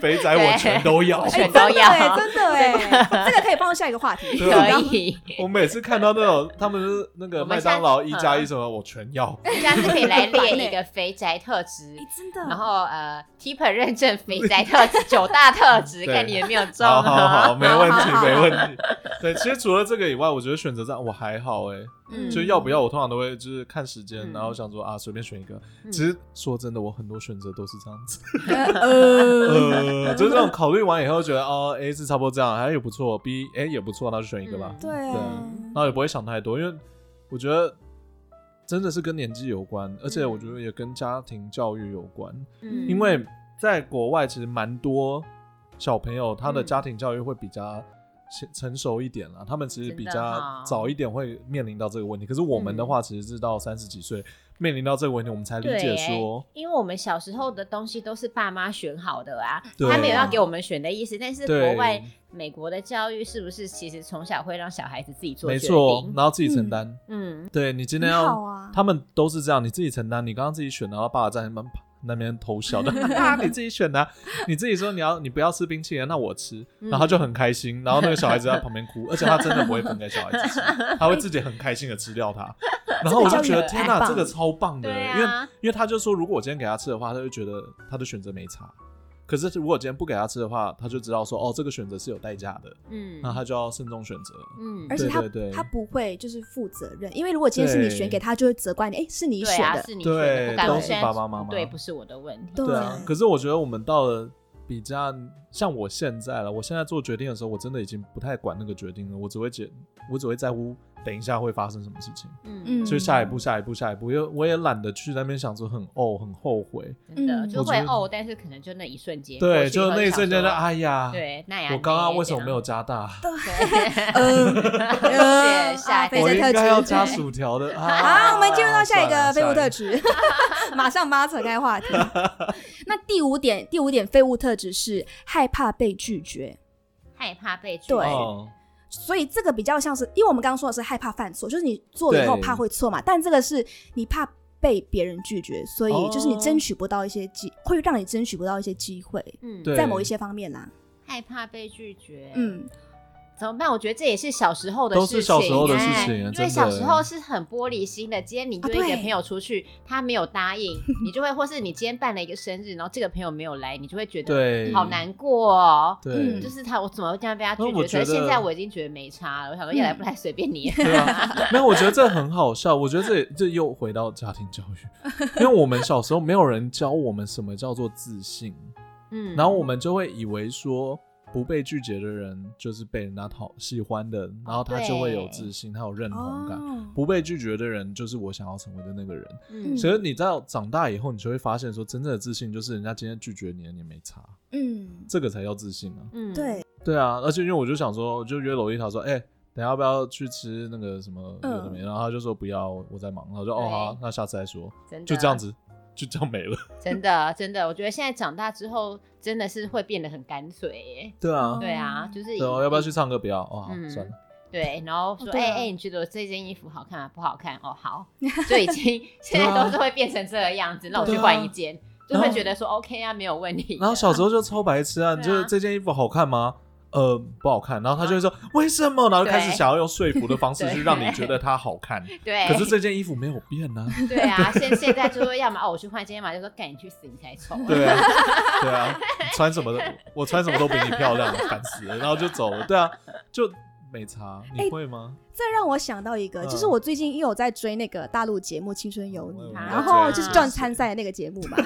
Speaker 2: 肥仔我全都要
Speaker 3: 我。
Speaker 1: 哎
Speaker 3: 全都要
Speaker 1: 真的哎真 的哎，这个可以放下一个话题。
Speaker 2: 对啊
Speaker 3: 可 以，
Speaker 2: 我每次看到那种他们就是那个
Speaker 3: 我们
Speaker 2: 麦
Speaker 3: 现在
Speaker 2: 当劳一加一
Speaker 3: 嗯
Speaker 2: 什么，我全要。
Speaker 3: 下次可以来列一个肥宅特质
Speaker 1: 哎，，真的，
Speaker 3: 然后呃 t i p e r 认证肥 宅特质九大特质，
Speaker 2: 对
Speaker 3: 看你有没有中
Speaker 2: 好好好，
Speaker 3: 啊。
Speaker 2: 没问题
Speaker 1: 好好好
Speaker 2: 没问题。对，其实除了这个以外，我觉得选择上我还好哎、
Speaker 3: 嗯
Speaker 2: 就要不要我通常都会就是看时间，
Speaker 3: 嗯
Speaker 2: 然后想说啊随便选一个。
Speaker 3: 嗯
Speaker 2: 其实说真的，我很多选择都是这样子，
Speaker 1: 呃，
Speaker 2: 呃，就是这种考虑完以后觉得哦 A 是差不多这样，还也不错，B 哎也不错，那就选一个吧。
Speaker 3: 嗯
Speaker 1: 对啊，
Speaker 2: 然后也不会想太多，因为我觉得真的是跟年纪有关，而且我觉得也跟家庭教育有关。
Speaker 3: 嗯
Speaker 2: 因为在国外其实蛮多小朋友他的
Speaker 3: 嗯
Speaker 2: 家庭教育会比较成成熟一点啦，他们其实比
Speaker 3: 真的
Speaker 2: 较
Speaker 3: 哈
Speaker 2: 早一点会面临到这个问题。可是我们的
Speaker 3: 嗯
Speaker 2: 话，其实是到三十几岁面临到这个问题，我们才理解
Speaker 3: 对欸
Speaker 2: 说，
Speaker 3: 因为我们小时候的东西都是爸妈选好的啊，
Speaker 2: 对
Speaker 3: 他没有要给我们选的意思。但是
Speaker 2: 对
Speaker 3: 国外美国的教育是不是其实从小会让小孩子自己做
Speaker 2: 没
Speaker 3: 决
Speaker 2: 错，
Speaker 3: 定？
Speaker 2: 然后自己承担。
Speaker 3: 嗯，
Speaker 2: 对你今天
Speaker 1: 很
Speaker 2: 要、
Speaker 1: 好啊。
Speaker 2: 他们都是这样，你自己承担。你刚刚自己选的，然后爸爸在那边那边偷 笑的，啊，你自己选的啊，你自己说你要你不要吃冰淇淋，那我吃，
Speaker 3: 嗯
Speaker 2: 然后他就很开心，然后那个小孩子在旁边 哭，而且他真的不会分给小孩子吃，他会自己很开心的吃掉它。 然后我就觉得
Speaker 3: 这个
Speaker 2: 天
Speaker 3: 很
Speaker 2: 哪，
Speaker 1: 棒
Speaker 2: 这个超棒的，
Speaker 3: 对啊
Speaker 2: 因为因为他就说，如果我今天给他吃的话，他就觉得他的选择没差。可是如果今天不给他吃的话，他就知道说哦，这个选择是有代价的，
Speaker 3: 嗯
Speaker 2: 那他就要慎重选择。
Speaker 3: 嗯
Speaker 1: 而且他
Speaker 2: 对对对
Speaker 1: 他不会就是负责任，因为如果今天是你选给他，就会责怪你，哎，是你
Speaker 3: 对
Speaker 1: 选
Speaker 3: 啊，
Speaker 1: 的，
Speaker 3: 是你选
Speaker 2: 对
Speaker 3: 的，不敢
Speaker 1: 都
Speaker 3: 我
Speaker 1: 是
Speaker 3: 现在
Speaker 2: 爸爸妈妈
Speaker 3: 对，不是我的问题。
Speaker 1: 对
Speaker 2: 对啊，可是我觉得我们到了比较像我现在了，我现在做决定的时候，我真的已经不太管那个决定了，我只会解，我只会在乎等一下会发生什么事情，
Speaker 3: 嗯
Speaker 1: 嗯
Speaker 2: 所以下一步、下一步、下一步，因为我也懒得去那边想说很哦，很后悔，
Speaker 3: 真的
Speaker 1: 嗯
Speaker 3: 就
Speaker 2: 我觉
Speaker 3: 会
Speaker 2: 得
Speaker 3: 哦，但是可能就那一瞬间，过去
Speaker 2: 对，
Speaker 3: 以
Speaker 2: 就
Speaker 3: 后
Speaker 2: 那一瞬间就
Speaker 3: 想说
Speaker 2: 哎呀，
Speaker 3: 对，那呀，
Speaker 2: 我刚刚为什么没有加大？
Speaker 3: 对？
Speaker 1: 呃，
Speaker 2: 嗯
Speaker 3: 对
Speaker 1: 呃
Speaker 3: 下一个
Speaker 1: 肥
Speaker 2: 我
Speaker 1: 宅
Speaker 2: 应
Speaker 1: 特
Speaker 2: 该
Speaker 1: 质
Speaker 2: 要加薯条的啊！
Speaker 1: 好，我们进入到下一
Speaker 2: 算
Speaker 1: 个
Speaker 2: 了
Speaker 1: 废物特。
Speaker 2: 算了
Speaker 1: 质， 马上把它扯开 话题。那第五点，第五点废物特质是害怕被拒绝，
Speaker 3: 害怕被拒
Speaker 1: 对
Speaker 2: 哦，
Speaker 1: 所以这个比较像是，因为我们刚刚说的是害怕犯错，就是你做了以后
Speaker 2: 对
Speaker 1: 怕会错
Speaker 2: 嗯
Speaker 1: 嘛，但这个是你怕被别人拒绝，所以就是你
Speaker 2: 哦
Speaker 1: 争取不到一些机，会让你争取不到一些机会，
Speaker 3: 嗯，
Speaker 2: 对
Speaker 1: 在某一些方面啦，
Speaker 3: 害怕被拒绝，，
Speaker 1: 嗯，
Speaker 3: 怎么办？我觉得这也是小时候的
Speaker 2: 都
Speaker 3: 事
Speaker 2: 是
Speaker 3: 情，
Speaker 2: 小时候的事
Speaker 3: 哎
Speaker 2: 情啊真
Speaker 3: 因
Speaker 2: 的
Speaker 3: 为小时候是很玻璃心的。今天
Speaker 1: 啊
Speaker 3: 你跟一个朋友出去，他没有 答应，你就会，或是你今天办了一个生日，然后这个朋友没有来，你就会觉得
Speaker 2: 对，
Speaker 3: 好难过哦。
Speaker 2: 对
Speaker 1: 嗯
Speaker 3: 就，是他，我怎么会这样被他拒
Speaker 2: 那我觉
Speaker 3: 绝？
Speaker 2: 得嗯
Speaker 3: 可是现在我已经觉得没差了，我想说，要来不来随便你。
Speaker 2: 对啊，没有，我觉得这很好笑。我觉得这这又回到家庭教育，因为我们小时候没有人教我们什么叫做自信，
Speaker 3: 嗯
Speaker 2: 然后我们就会以为说不被拒绝的人就是被人家讨喜欢的，然后他就会有自信，他有认同感。
Speaker 1: 哦，
Speaker 2: 不被拒绝的人就是我想要成为的那个人。
Speaker 3: 嗯
Speaker 2: 所以你到长大以后，你就会发现说，真正的自信就是人家今天拒绝你了，你没差，
Speaker 1: 嗯，
Speaker 2: 这个才叫自信啊。
Speaker 3: 嗯，
Speaker 1: 对，
Speaker 2: 对啊，而且因为我就想说，我就约娄一他说，哎、等一下要不要去吃那个什么有
Speaker 1: 嗯
Speaker 2: 的没的，然后他就说不要，我在忙，然后我就哦
Speaker 3: 对
Speaker 2: 好啊，那下次再说，
Speaker 3: 真的
Speaker 2: 就这样，子，就这样没了。
Speaker 3: 真的真的，我觉得现在长大之后真的是会变得很干脆耶。
Speaker 2: 对啊
Speaker 1: 哦
Speaker 3: 对啊，就是以
Speaker 2: 对啊，要不要去唱歌？不要哦，好
Speaker 3: 嗯
Speaker 2: 算了，
Speaker 3: 对，然后说，
Speaker 1: 对
Speaker 3: 哎
Speaker 1: 啊
Speaker 3: 哎、你觉得我这件衣服好看吗？不好看哦， 好，就已经现在都是会变成这个样子，那我去
Speaker 2: 对啊
Speaker 3: 换一件，就
Speaker 2: 啊然
Speaker 3: 会
Speaker 2: 后
Speaker 3: 觉得说 OK 啊，没有问题的。
Speaker 2: 然后小时候就超白痴啊，
Speaker 3: 对啊
Speaker 2: 你觉得这件衣服好看吗？呃，不好看，然后他就会说为什么？然后就开始想要用说服的方 式
Speaker 3: 对
Speaker 2: 去让你觉得它好看，
Speaker 3: 对，
Speaker 2: 可是这件衣服没有变啊。
Speaker 3: 对啊，现现在就说要么哦，我去换一件嘛，就说赶紧去死，你才丑。
Speaker 2: 对啊， 对啊，穿什么都我穿什么都比你漂亮，烦死了，然后就走了。对啊，就没差，
Speaker 1: 哎
Speaker 2: 你会吗？
Speaker 1: 这让我想到一个，
Speaker 2: 嗯
Speaker 1: 就是我最近因为我在追那个大陆节目《青春有你
Speaker 2: 我也》，
Speaker 1: 然后就是
Speaker 3: 啊
Speaker 1: 赚参赛的那个节目嘛，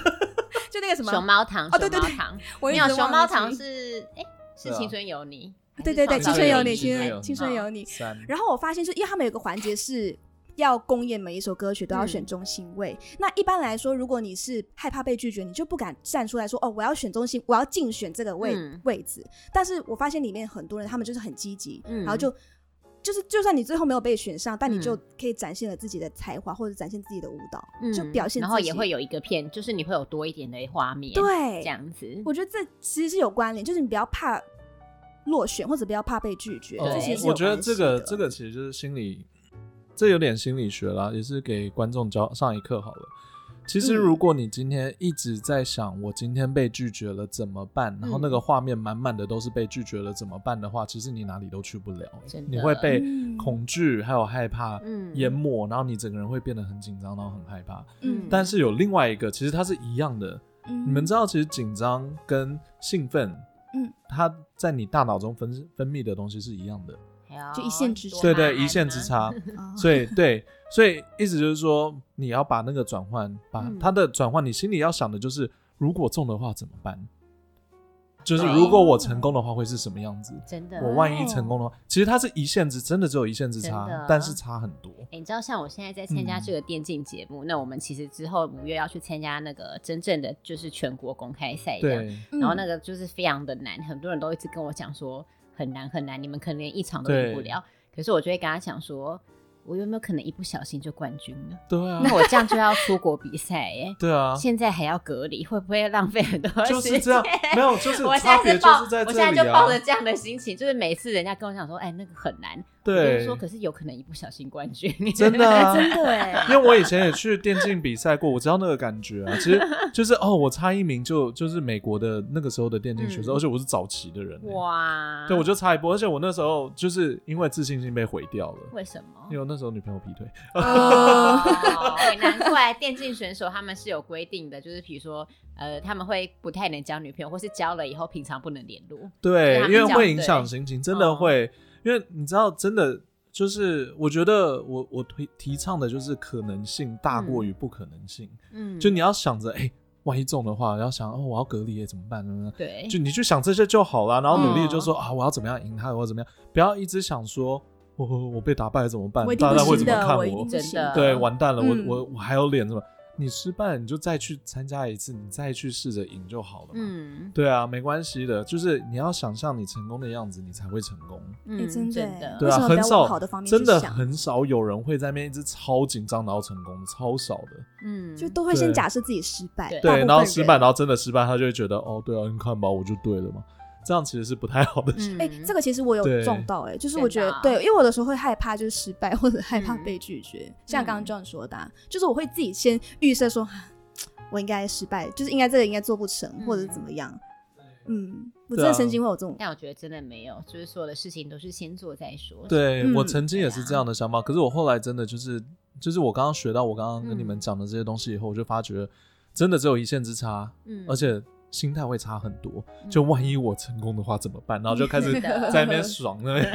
Speaker 1: 就那个什么
Speaker 3: 熊猫糖，
Speaker 1: 哦对
Speaker 3: 熊
Speaker 1: 对
Speaker 3: 猫
Speaker 1: 对
Speaker 3: 糖，
Speaker 1: 我一
Speaker 3: 没
Speaker 1: 直忘
Speaker 3: 有熊猫
Speaker 1: 记
Speaker 3: 糖是哎是
Speaker 2: 对啊
Speaker 3: 青春有你，还是
Speaker 1: 对对对，
Speaker 3: 创
Speaker 1: 青
Speaker 3: 造
Speaker 1: 春有
Speaker 2: 有
Speaker 1: 你，
Speaker 2: 你
Speaker 1: 青
Speaker 2: 青春
Speaker 1: 春
Speaker 2: 有
Speaker 1: 青春
Speaker 3: 你
Speaker 1: 有你。
Speaker 2: 三，
Speaker 1: 然后我发现，就是因为他们有个环节是要公演每一首歌曲都要
Speaker 3: 嗯
Speaker 1: 选中心位。那一般来说，如果你是害怕被拒绝，你就不敢站出来说：“哦，我要选中心，我要竞选这个位、
Speaker 3: 嗯
Speaker 1: 位置。”但是我发现里面很多人，他们就是很积极，
Speaker 3: 嗯
Speaker 1: 然后就。就是，就算你最后没有被选上，但你
Speaker 3: 嗯
Speaker 1: 就可以展现了自己的才华，或者展现自己的舞蹈，
Speaker 3: 嗯
Speaker 1: 就表现自己。
Speaker 3: 然后也会有一个片，就是你会有多一点的画面，，
Speaker 1: 对
Speaker 3: 这，样子。
Speaker 1: 我觉得这其实是有关联，就是你不要怕落选，或者不要怕被拒绝，
Speaker 2: 哦
Speaker 1: 这其实是有
Speaker 2: 我觉得
Speaker 1: 关系
Speaker 2: 这个
Speaker 1: 的
Speaker 2: 这个其实就是心理，这有点心理学啦，也是给观众教上一课好了。其实
Speaker 1: 嗯
Speaker 2: 如果你今天一直在想我今天被拒绝了怎么办，然后那
Speaker 1: 嗯
Speaker 2: 个画面满满的都是被拒绝了怎么办的话，其实你哪里都去不了，欸
Speaker 3: 真的
Speaker 2: 你会被
Speaker 1: 嗯
Speaker 2: 恐惧还有害怕
Speaker 3: 嗯
Speaker 2: 淹没，然后你整个人会变得很紧张，然后很害怕。
Speaker 1: 嗯，
Speaker 2: 但是有另外一个，其实它是一样的，你
Speaker 1: 你
Speaker 2: 们知
Speaker 1: 道，
Speaker 2: 道，其实紧张跟兴奋，
Speaker 1: 嗯，
Speaker 2: 它在你大脑中分分泌的东西是一样的，
Speaker 3: 哎呦
Speaker 1: 就一线之差
Speaker 2: 对
Speaker 1: 对
Speaker 2: 对，一线之。
Speaker 3: 多巴胺啊
Speaker 2: 差。
Speaker 1: 哦
Speaker 2: 所以对，所以意思就是说，你要把那个转换，把
Speaker 3: 嗯
Speaker 2: 它的转换，你心里要想的就是，如果中的话怎么办？就是
Speaker 3: 对
Speaker 2: 如果我成功的话会是什么样子？
Speaker 3: 真的，啊
Speaker 2: 我万一成功的话，其实它是一线之，真的只有一线之
Speaker 3: 真的
Speaker 2: 差，但是差很多。
Speaker 3: 欸你知道，像我现在在参
Speaker 2: 嗯
Speaker 3: 加这个电竞节目，那我们其实之后五月要去参加那个真正的就是全国公开赛这样，
Speaker 2: 对
Speaker 3: 然后那
Speaker 1: 嗯
Speaker 3: 个就是非常的难，很多人都一直跟我讲说很难很难，你们可能连一场都赢不了。可是我就会跟他讲说，我有没有可能一不小心就冠军了？
Speaker 2: 对啊，
Speaker 3: 那我这样就要出国比赛耶、
Speaker 2: 对 啊，
Speaker 3: 现在还要隔离，会不会浪费很多时间？
Speaker 2: 就是这样，没有，就是
Speaker 3: 我现
Speaker 2: 差
Speaker 3: 在
Speaker 2: 别
Speaker 3: 是
Speaker 2: 就
Speaker 3: 抱，
Speaker 2: 是在
Speaker 3: 我
Speaker 2: 这
Speaker 3: 现在
Speaker 2: 里
Speaker 3: 就抱着
Speaker 2: 啊。
Speaker 3: 这样的心情，就是每次人家跟我讲说，哎、那个很难，我就
Speaker 2: 对
Speaker 3: 是，说，可是有可能一不小心冠军，
Speaker 2: 真的啊
Speaker 1: 真的哎，
Speaker 2: 因为我以前也去电竞比赛过，我知道那个感觉啊。 其实就是哦，我差一名就就是美国的那个时候的电竞选手，
Speaker 3: 嗯
Speaker 2: 而且我是早期的人、欸。！
Speaker 3: 哇！
Speaker 2: 对，我就差一波，而且我那时候就是因为自信心被毁掉了，
Speaker 3: 为什么
Speaker 2: 因？为我那时候女朋友劈腿。
Speaker 1: 哦
Speaker 3: 哦也难怪电竞选手他们是有规定的，就是比如说，呃，他们会不太能交女朋友，或是交了以后平常不能联络。
Speaker 2: 对
Speaker 3: 所以他，
Speaker 2: 因
Speaker 3: 们
Speaker 2: 为
Speaker 3: 讲
Speaker 2: 会影
Speaker 3: 啊对
Speaker 2: 响心情，真的
Speaker 3: 哦
Speaker 2: 会。因为你知道，真的就是我觉得我我推提倡的就是可能性大过于不可能性，
Speaker 3: 嗯，
Speaker 2: 就你要想着，哎、万一中的话，要想哦，我要隔离耶，怎么办？怎么办？
Speaker 3: 对，
Speaker 2: 就你去想这些就好了，然后努力就
Speaker 3: 嗯
Speaker 2: 说、啊，我要怎么样赢他，我要怎么样，不要一直想说，我、我我被打败了怎么办
Speaker 1: 我一？定
Speaker 2: 大
Speaker 1: 不
Speaker 2: 家会
Speaker 1: 行
Speaker 2: 怎么看
Speaker 1: 的，我一
Speaker 2: 我
Speaker 1: 定？不
Speaker 3: 真
Speaker 1: 行
Speaker 3: 的
Speaker 2: 对，完蛋了，
Speaker 1: 嗯
Speaker 2: 我我我还有脸什么？你失败了你就再去参加一次，你再去试着赢就好了嘛。
Speaker 3: 嗯
Speaker 2: 对啊，没关系的，就是你要想象你成功的样子，你才会成功。
Speaker 1: 哎
Speaker 3: 嗯，
Speaker 1: 真的
Speaker 3: 真
Speaker 1: 哎
Speaker 3: 的
Speaker 2: 对啊，
Speaker 1: 为什么不
Speaker 2: 很
Speaker 1: 要
Speaker 2: 少
Speaker 1: 往好的方面去
Speaker 2: 真的
Speaker 1: 想
Speaker 2: 很少有人会在那边一直超紧张然后成功的，超少的。
Speaker 3: 嗯，
Speaker 1: 就都会先
Speaker 2: 对
Speaker 1: 假设自己失败，
Speaker 3: 对
Speaker 1: 大部
Speaker 2: 对，
Speaker 1: 分
Speaker 2: 然后失败，
Speaker 1: 人。
Speaker 2: 然后真的失败，他就会觉得哦，对啊，你看吧，我就对了嘛。这样其实是不太好的
Speaker 3: 嗯
Speaker 2: 事。
Speaker 1: 哎、这个其实我有
Speaker 2: 对
Speaker 1: 撞到哎、就是
Speaker 3: 真
Speaker 1: 我
Speaker 3: 的
Speaker 1: 觉得
Speaker 3: 啊
Speaker 1: 对，因为我有时候会害怕就是失败或者害怕
Speaker 3: 嗯
Speaker 1: 被拒绝，像刚刚 John 说的、啊，就是我会自己先预设说，啊我应该失败，就是应该这个应该做不成、或者
Speaker 3: 嗯
Speaker 1: 怎么样，嗯，我
Speaker 2: 对
Speaker 1: 真的
Speaker 2: 啊
Speaker 1: 曾经会有这种，
Speaker 3: 但我觉得真的没有，就是所有的事情都是先做再 说。，
Speaker 2: 对、
Speaker 1: 嗯
Speaker 2: 我曾经也是
Speaker 3: 对啊
Speaker 2: 这样的想法，可是我后来真的就是，就是我刚刚学到我刚刚跟你们讲的这些东西以后，我就发觉真的只有一线之差，
Speaker 3: 嗯
Speaker 2: 而且心态会差很多。
Speaker 3: 嗯
Speaker 2: 就万一我成功的话怎么办？然后就开 始
Speaker 3: 是的
Speaker 2: 在那边爽呢。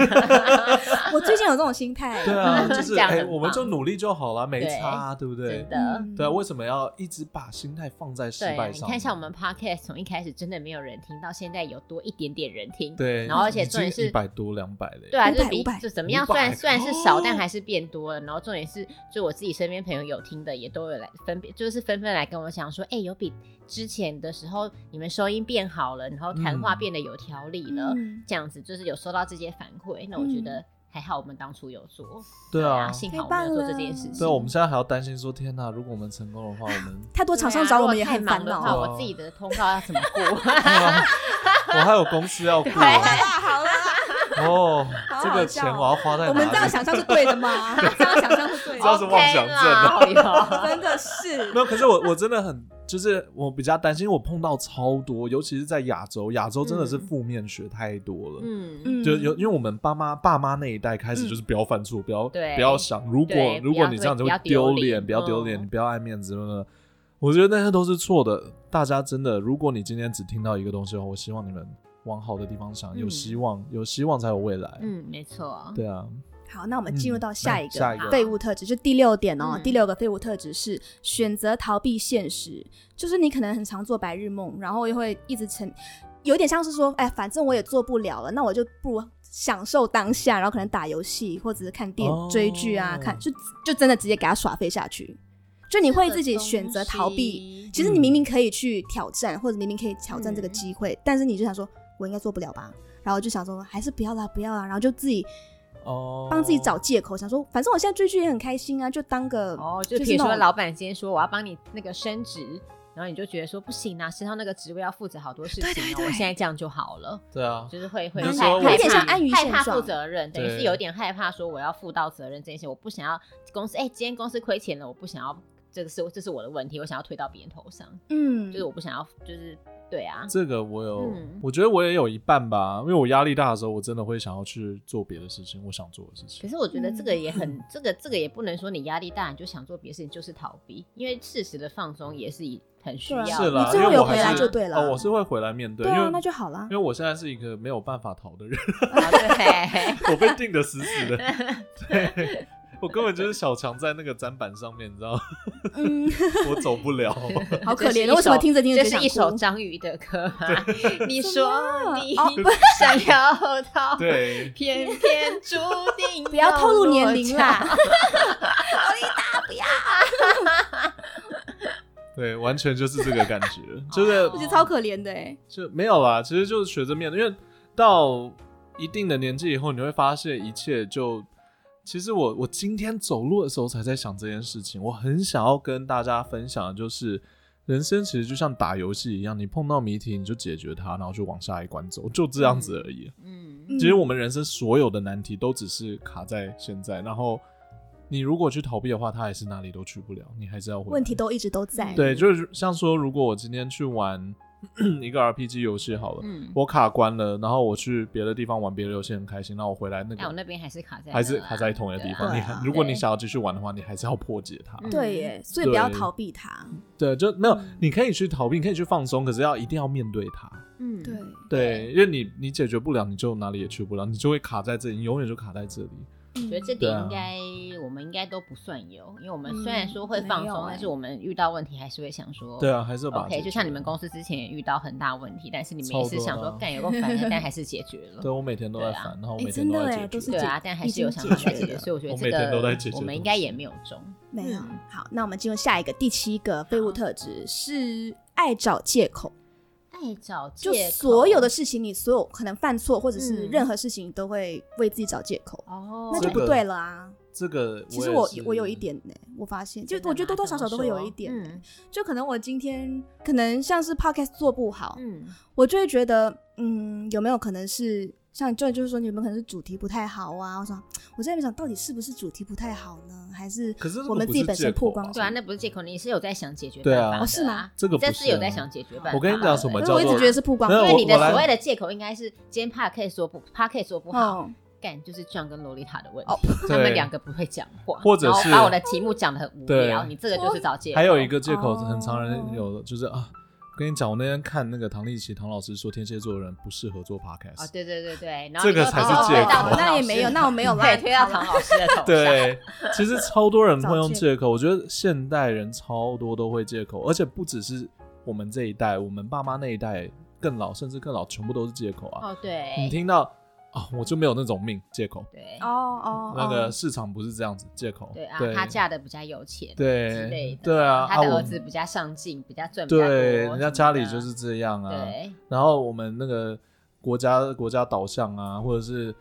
Speaker 1: 我最近有这种心态、
Speaker 2: 对啊，
Speaker 3: 嗯
Speaker 2: 就是
Speaker 3: 这样
Speaker 2: 哎、
Speaker 3: 很
Speaker 2: 我们
Speaker 3: 棒
Speaker 2: 就努力就好了，没差、啊，对不对
Speaker 3: 真？的。
Speaker 1: 嗯
Speaker 2: 对啊，为什么要一直把心态放在失
Speaker 3: 对啊，
Speaker 2: 败
Speaker 3: 你
Speaker 2: 上？
Speaker 3: 看像我们 podcast 从一开始真的没有人听，到现在有多一点点人听，
Speaker 2: 对，
Speaker 3: 然后而且重点
Speaker 2: 一
Speaker 3: 是
Speaker 2: 百多两百嘞。
Speaker 3: 对啊，
Speaker 1: 500
Speaker 3: 就是比
Speaker 1: 500
Speaker 3: 就怎么样，
Speaker 2: 500
Speaker 3: 虽然虽然是少，
Speaker 2: 哦
Speaker 3: 但还是变多了。然后重点是，就我自己身边朋友有听的，也都有来分别，就是纷纷来跟我讲说，哎、有比之前的时候你们收音变好了，然后谈话
Speaker 2: 嗯
Speaker 3: 变得有条理了，
Speaker 1: 嗯，
Speaker 3: 这样子就是有收到这些反馈。那我觉得还好，我们当初有做，
Speaker 2: 对啊，
Speaker 3: 幸
Speaker 1: 太
Speaker 3: 好我们有
Speaker 1: 棒
Speaker 3: 做
Speaker 1: 了
Speaker 3: 这件事情。
Speaker 2: 对啊，我们现在还要担心说，天哪，如果我们成功的话，我 们
Speaker 1: 太多
Speaker 3: 对啊
Speaker 1: 厂商找我们
Speaker 3: 如
Speaker 1: 也
Speaker 3: 果太
Speaker 1: 很
Speaker 3: 忙
Speaker 1: 烦
Speaker 3: 的
Speaker 1: 恼。
Speaker 3: 话，
Speaker 2: 哦
Speaker 3: 我自己的通告要怎么过？
Speaker 2: 我还有公司要顾
Speaker 3: 对啊
Speaker 1: 好啦，
Speaker 2: 哦
Speaker 1: 好好，
Speaker 2: 这个钱
Speaker 1: 笑哦
Speaker 2: 我要花在
Speaker 1: 我们这样
Speaker 2: 哪里？
Speaker 1: 想象是对的吗？ 这样想象是对
Speaker 2: 知道
Speaker 1: 的，
Speaker 2: 是妄想症啊
Speaker 3: OK 啦哎呦
Speaker 1: 真的是
Speaker 2: 没有，可是我我真的很，就是我比较担心，我碰到超多，尤其是在亚洲，亚洲真的是
Speaker 3: 嗯
Speaker 2: 负面学太多了。
Speaker 3: 嗯
Speaker 1: 嗯
Speaker 2: 就有，因为我们爸妈爸妈那一代开始就是不要犯错，不要
Speaker 3: 对
Speaker 2: 不要想，如果
Speaker 3: 对
Speaker 2: 如
Speaker 3: 不要
Speaker 2: 果你这样子
Speaker 3: 不
Speaker 2: 会
Speaker 3: 要
Speaker 2: 丢
Speaker 3: 丢
Speaker 2: 脸，
Speaker 3: 脸
Speaker 2: 不要丢脸，
Speaker 3: 嗯
Speaker 2: 你不要爱面子，什么我觉得那些都是错的。大家真的，如果你今天只听到一个东西的话，我希望你们往好的地方想，有
Speaker 3: 嗯
Speaker 2: 希望，有希望才有未来。
Speaker 3: 嗯，没错，
Speaker 2: 对啊，
Speaker 1: 好，那我们进入到下一
Speaker 2: 嗯下一
Speaker 1: 个
Speaker 2: 个
Speaker 1: 废物特质，就第六点哦。
Speaker 3: 嗯
Speaker 1: 第六个废物特质是选择逃避现实，就是你可能很常做白日梦，然后又会一直沉，有点像是说，哎，反正我也做不了了，那我就不如享受当下，然后可能打游戏或者是看电、
Speaker 2: 哦
Speaker 1: 追剧啊，看就就真的直接给他耍废下去。就你会自己选择逃避，
Speaker 3: 避
Speaker 1: 其实你明
Speaker 2: 嗯
Speaker 1: 明可以去挑战，或者明明可以挑战这个
Speaker 3: 嗯
Speaker 1: 机会，但是你就想说，我应该做不了吧，然后就想说，还是不要啦，不要啦，然后就自己
Speaker 2: 哦，
Speaker 1: 帮自己找借口，想说反正我现在追剧也很开心啊，就当个
Speaker 3: 哦，就
Speaker 1: 就是
Speaker 3: 比如
Speaker 1: 那
Speaker 3: 说
Speaker 1: 种
Speaker 3: 老板今天说我要帮你那个升职，然后你就觉得说不行啊，身上那个职位要负责好多事情、哦，
Speaker 1: 对对对
Speaker 3: 我现在这样就好了，
Speaker 2: 对啊，
Speaker 3: 就是会会
Speaker 2: 你就
Speaker 3: 害
Speaker 2: 说我
Speaker 1: 有点像
Speaker 3: 害怕
Speaker 1: 安于
Speaker 3: 害
Speaker 1: 现
Speaker 3: 怕负
Speaker 1: 状
Speaker 3: 责任，等于
Speaker 2: 对
Speaker 3: 是有点害怕说我要负到责任这件事，我不想要公司哎、今天公司亏钱了，我不想要。这个是这是我的问题，我想要推到别人头上，
Speaker 1: 嗯，
Speaker 3: 就是我不想要，就是对啊，
Speaker 2: 这个我有，
Speaker 3: 嗯
Speaker 2: 我觉得我也有一半吧，因为我压力大的时候，我真的会想要去做别的事情，我想做的事
Speaker 3: 可
Speaker 2: 情。
Speaker 3: 是我觉得这个也很，
Speaker 1: 嗯
Speaker 3: 这个这个也不能说你压力大你就想做别的事情就是逃避，因为适时的放松也是一很需
Speaker 1: 对
Speaker 3: 要
Speaker 1: 啊
Speaker 3: 的。
Speaker 2: 是啦，
Speaker 1: 你最后
Speaker 2: 因为我
Speaker 1: 有回
Speaker 2: 还
Speaker 1: 来
Speaker 2: 是
Speaker 1: 就对了
Speaker 2: 哦，我是会回来面对，
Speaker 1: 对啊
Speaker 2: 因，为
Speaker 1: 那就好啦
Speaker 2: 因为。我现在是一个没有办法逃的人，
Speaker 3: 啊对，
Speaker 2: 我被定的死死 的。对，我根本就是小强在那个砧板上面，你知道，
Speaker 1: 嗯，
Speaker 2: 我走不了。
Speaker 1: 好可
Speaker 3: 这是
Speaker 1: 怜
Speaker 3: 一
Speaker 1: 的，为什么
Speaker 3: 首
Speaker 1: 听着听着就
Speaker 3: 这
Speaker 1: 是想
Speaker 3: 一首
Speaker 1: 哭？
Speaker 3: 张宇的歌吗？你说你
Speaker 1: 哦不
Speaker 3: 想要逃，
Speaker 2: 对，
Speaker 3: 偏偏注定
Speaker 1: 不要透露年龄啦
Speaker 3: 要落
Speaker 2: 对，完全就是这个感觉，就是
Speaker 1: 我觉得超可怜的
Speaker 3: 欸
Speaker 1: 哎。
Speaker 2: 就没有啦，其实就是学着面对，因为到一定的年纪以后，你会发现一切就。其实我我今天走路的时候才在想这件事情，我很想要跟大家分享，的就是人生其实就像打游戏一样，你碰到谜题你就解决它，然后就往下一关走，就这样子而已。
Speaker 3: 嗯，
Speaker 1: 嗯
Speaker 2: 其实我们人生所有的难题都只是卡在现在，然后你如果去逃避的话，它还是哪里都去不了，你还是要回来
Speaker 1: 哦问题都一直都在。
Speaker 2: 对，就是像说，如果我今天去玩 一个 RPG 游戏好了，
Speaker 3: 嗯
Speaker 2: 我卡关了，然后我去别的地方玩别的游戏很开心，那我回来那
Speaker 3: 但我
Speaker 2: 个
Speaker 3: 那边还是卡在那
Speaker 2: 还是
Speaker 3: 啊
Speaker 2: 卡在同一个地
Speaker 3: 对
Speaker 2: 方。
Speaker 3: 啊
Speaker 2: 你
Speaker 1: 对啊
Speaker 2: 还如果你
Speaker 3: 对
Speaker 2: 想要继续玩的话，你还是要破解它。
Speaker 3: 嗯
Speaker 1: 对耶，所以不要
Speaker 2: 对
Speaker 1: 逃避它。
Speaker 2: 对，就没有
Speaker 3: 嗯，
Speaker 2: 你可以去逃避，你可以去放松，可是要一定要面对它。
Speaker 3: 嗯
Speaker 1: 对，
Speaker 2: 对，因为你你解决不了，你就哪里也去不了，你就会卡在这里，你永远就卡在这里。
Speaker 1: 嗯
Speaker 3: 觉得这
Speaker 2: 对
Speaker 3: 点
Speaker 2: 啊
Speaker 3: 应该、我们应该都不算有，因为我们
Speaker 1: 嗯
Speaker 3: 虽然说会放
Speaker 1: 没有
Speaker 3: 松，
Speaker 1: 欸
Speaker 3: 但是我们遇到问题还是会想说，
Speaker 2: 对啊，还是要把它解
Speaker 3: OK，
Speaker 2: 决
Speaker 3: 就像你们公司之前也遇到很大问题，但是你们
Speaker 2: 超
Speaker 3: 也是
Speaker 2: 多
Speaker 3: 想
Speaker 2: 的
Speaker 3: 说
Speaker 2: 啊
Speaker 3: 干有个烦的，但还是解决 了。
Speaker 2: 对我每天都在
Speaker 3: 对啊
Speaker 2: 烦，然后我
Speaker 1: 哎
Speaker 2: 每天
Speaker 1: 真的
Speaker 2: 都在
Speaker 1: 哎
Speaker 2: 解
Speaker 1: 都
Speaker 2: 决。
Speaker 1: 是
Speaker 3: 对啊，
Speaker 1: 解
Speaker 3: 但还
Speaker 1: 已
Speaker 3: 是有
Speaker 1: 经
Speaker 3: 想法
Speaker 1: 解
Speaker 3: 在
Speaker 1: 决
Speaker 3: 解决，
Speaker 1: 了
Speaker 3: 所以我觉得
Speaker 2: 我
Speaker 3: 这
Speaker 2: 每
Speaker 3: 个
Speaker 2: 天都在解决
Speaker 3: 我们应
Speaker 2: 东
Speaker 3: 该
Speaker 2: 西
Speaker 3: 也没有中。
Speaker 1: 没有
Speaker 3: 嗯。
Speaker 1: 好，那我们进入下一个第七个废物特质是爱找借口，
Speaker 3: 爱找
Speaker 1: 就
Speaker 3: 借口
Speaker 1: 所有的事情，你所有可能犯错或者是
Speaker 3: 嗯
Speaker 1: 任何事情，你都会为自己找借口，
Speaker 3: 哦，
Speaker 1: 那就
Speaker 2: 这
Speaker 1: 不
Speaker 2: 个
Speaker 1: 对了啊。
Speaker 2: 这个
Speaker 1: 其实我
Speaker 2: 也是
Speaker 1: 我有一点呢、我发现就
Speaker 3: 真的
Speaker 1: 我觉得
Speaker 3: 吗
Speaker 1: 多多少少都会有一点、
Speaker 3: 嗯
Speaker 1: 嗯就可能我今天可能像是 podcast 做不好，
Speaker 3: 嗯
Speaker 1: 我就会觉得嗯有没有可能是像就就是说你有没有可能是主题不太好啊？我想我在想到底是不是主题不太好呢？还是
Speaker 2: 可是这个
Speaker 1: 我们
Speaker 2: 不
Speaker 1: 自己
Speaker 2: 是
Speaker 1: 本
Speaker 2: 借
Speaker 1: 身
Speaker 2: 口
Speaker 1: 曝
Speaker 2: 吧
Speaker 1: 光
Speaker 3: 对啊，那不是借口，你是有在想解决
Speaker 2: 对啊
Speaker 3: 办法的
Speaker 1: 哦是吗？
Speaker 2: 这个
Speaker 3: 这
Speaker 2: 不
Speaker 3: 是有在
Speaker 2: 啊
Speaker 3: 想解决办法。
Speaker 2: 我跟你讲什么
Speaker 1: 因
Speaker 2: 叫
Speaker 1: 为
Speaker 2: 做
Speaker 1: 我一直觉得是曝光，
Speaker 2: 没有
Speaker 3: 因为你的
Speaker 2: 我来
Speaker 3: 所谓的借口应该是今天怕可以说不，怕可以说不好，
Speaker 1: 哦，
Speaker 3: 干就是 John 跟洛丽塔的问
Speaker 1: 哦
Speaker 3: 题，他
Speaker 2: 对
Speaker 3: 们两个不会讲话，
Speaker 2: 或者
Speaker 3: 然后
Speaker 2: 是
Speaker 3: 把我的题目讲的很无
Speaker 2: 对
Speaker 3: 聊，你这个就是找借口。
Speaker 2: 还有一个借口，
Speaker 1: 哦
Speaker 2: 很常人有的就是啊，我跟你讲，我那天看那个唐立奇唐老师说，天蝎座的人不适合做
Speaker 3: 哦，
Speaker 2: podcast。
Speaker 3: 对对对对，然后
Speaker 2: 这个
Speaker 3: 你就
Speaker 2: 才是
Speaker 3: 把我
Speaker 2: 借
Speaker 3: 推到
Speaker 2: 口
Speaker 3: 唐
Speaker 1: 那
Speaker 3: 老
Speaker 1: 也
Speaker 3: 师
Speaker 1: 没有，那我没有 啦，
Speaker 3: 对，推到
Speaker 1: 好啦
Speaker 3: 唐老师的头上。
Speaker 2: 对，其实超多人会用
Speaker 1: 找借口
Speaker 2: 借口，我觉得现代人超多都会借口，而且不只是我们这一代，我们爸妈那一代更老，甚至更老，全部都是借口啊。
Speaker 3: 哦对，
Speaker 2: 你听到啊，我就没有那种命，借口。
Speaker 3: 对
Speaker 1: 哦哦，
Speaker 2: 那个
Speaker 1: 哦
Speaker 2: 市场不是这样子，借口。
Speaker 3: 对啊，他嫁的比家有钱，之
Speaker 2: 对
Speaker 3: 类的
Speaker 2: 对啊，
Speaker 3: 他
Speaker 2: 啊
Speaker 3: 的
Speaker 2: 我
Speaker 3: 儿子比较上进，比较赚比较多，
Speaker 2: 对，人家家里
Speaker 3: 什么
Speaker 2: 就
Speaker 3: 的
Speaker 2: 是这样啊。
Speaker 3: 对，
Speaker 2: 然后我们那个国家国家导向啊，或者是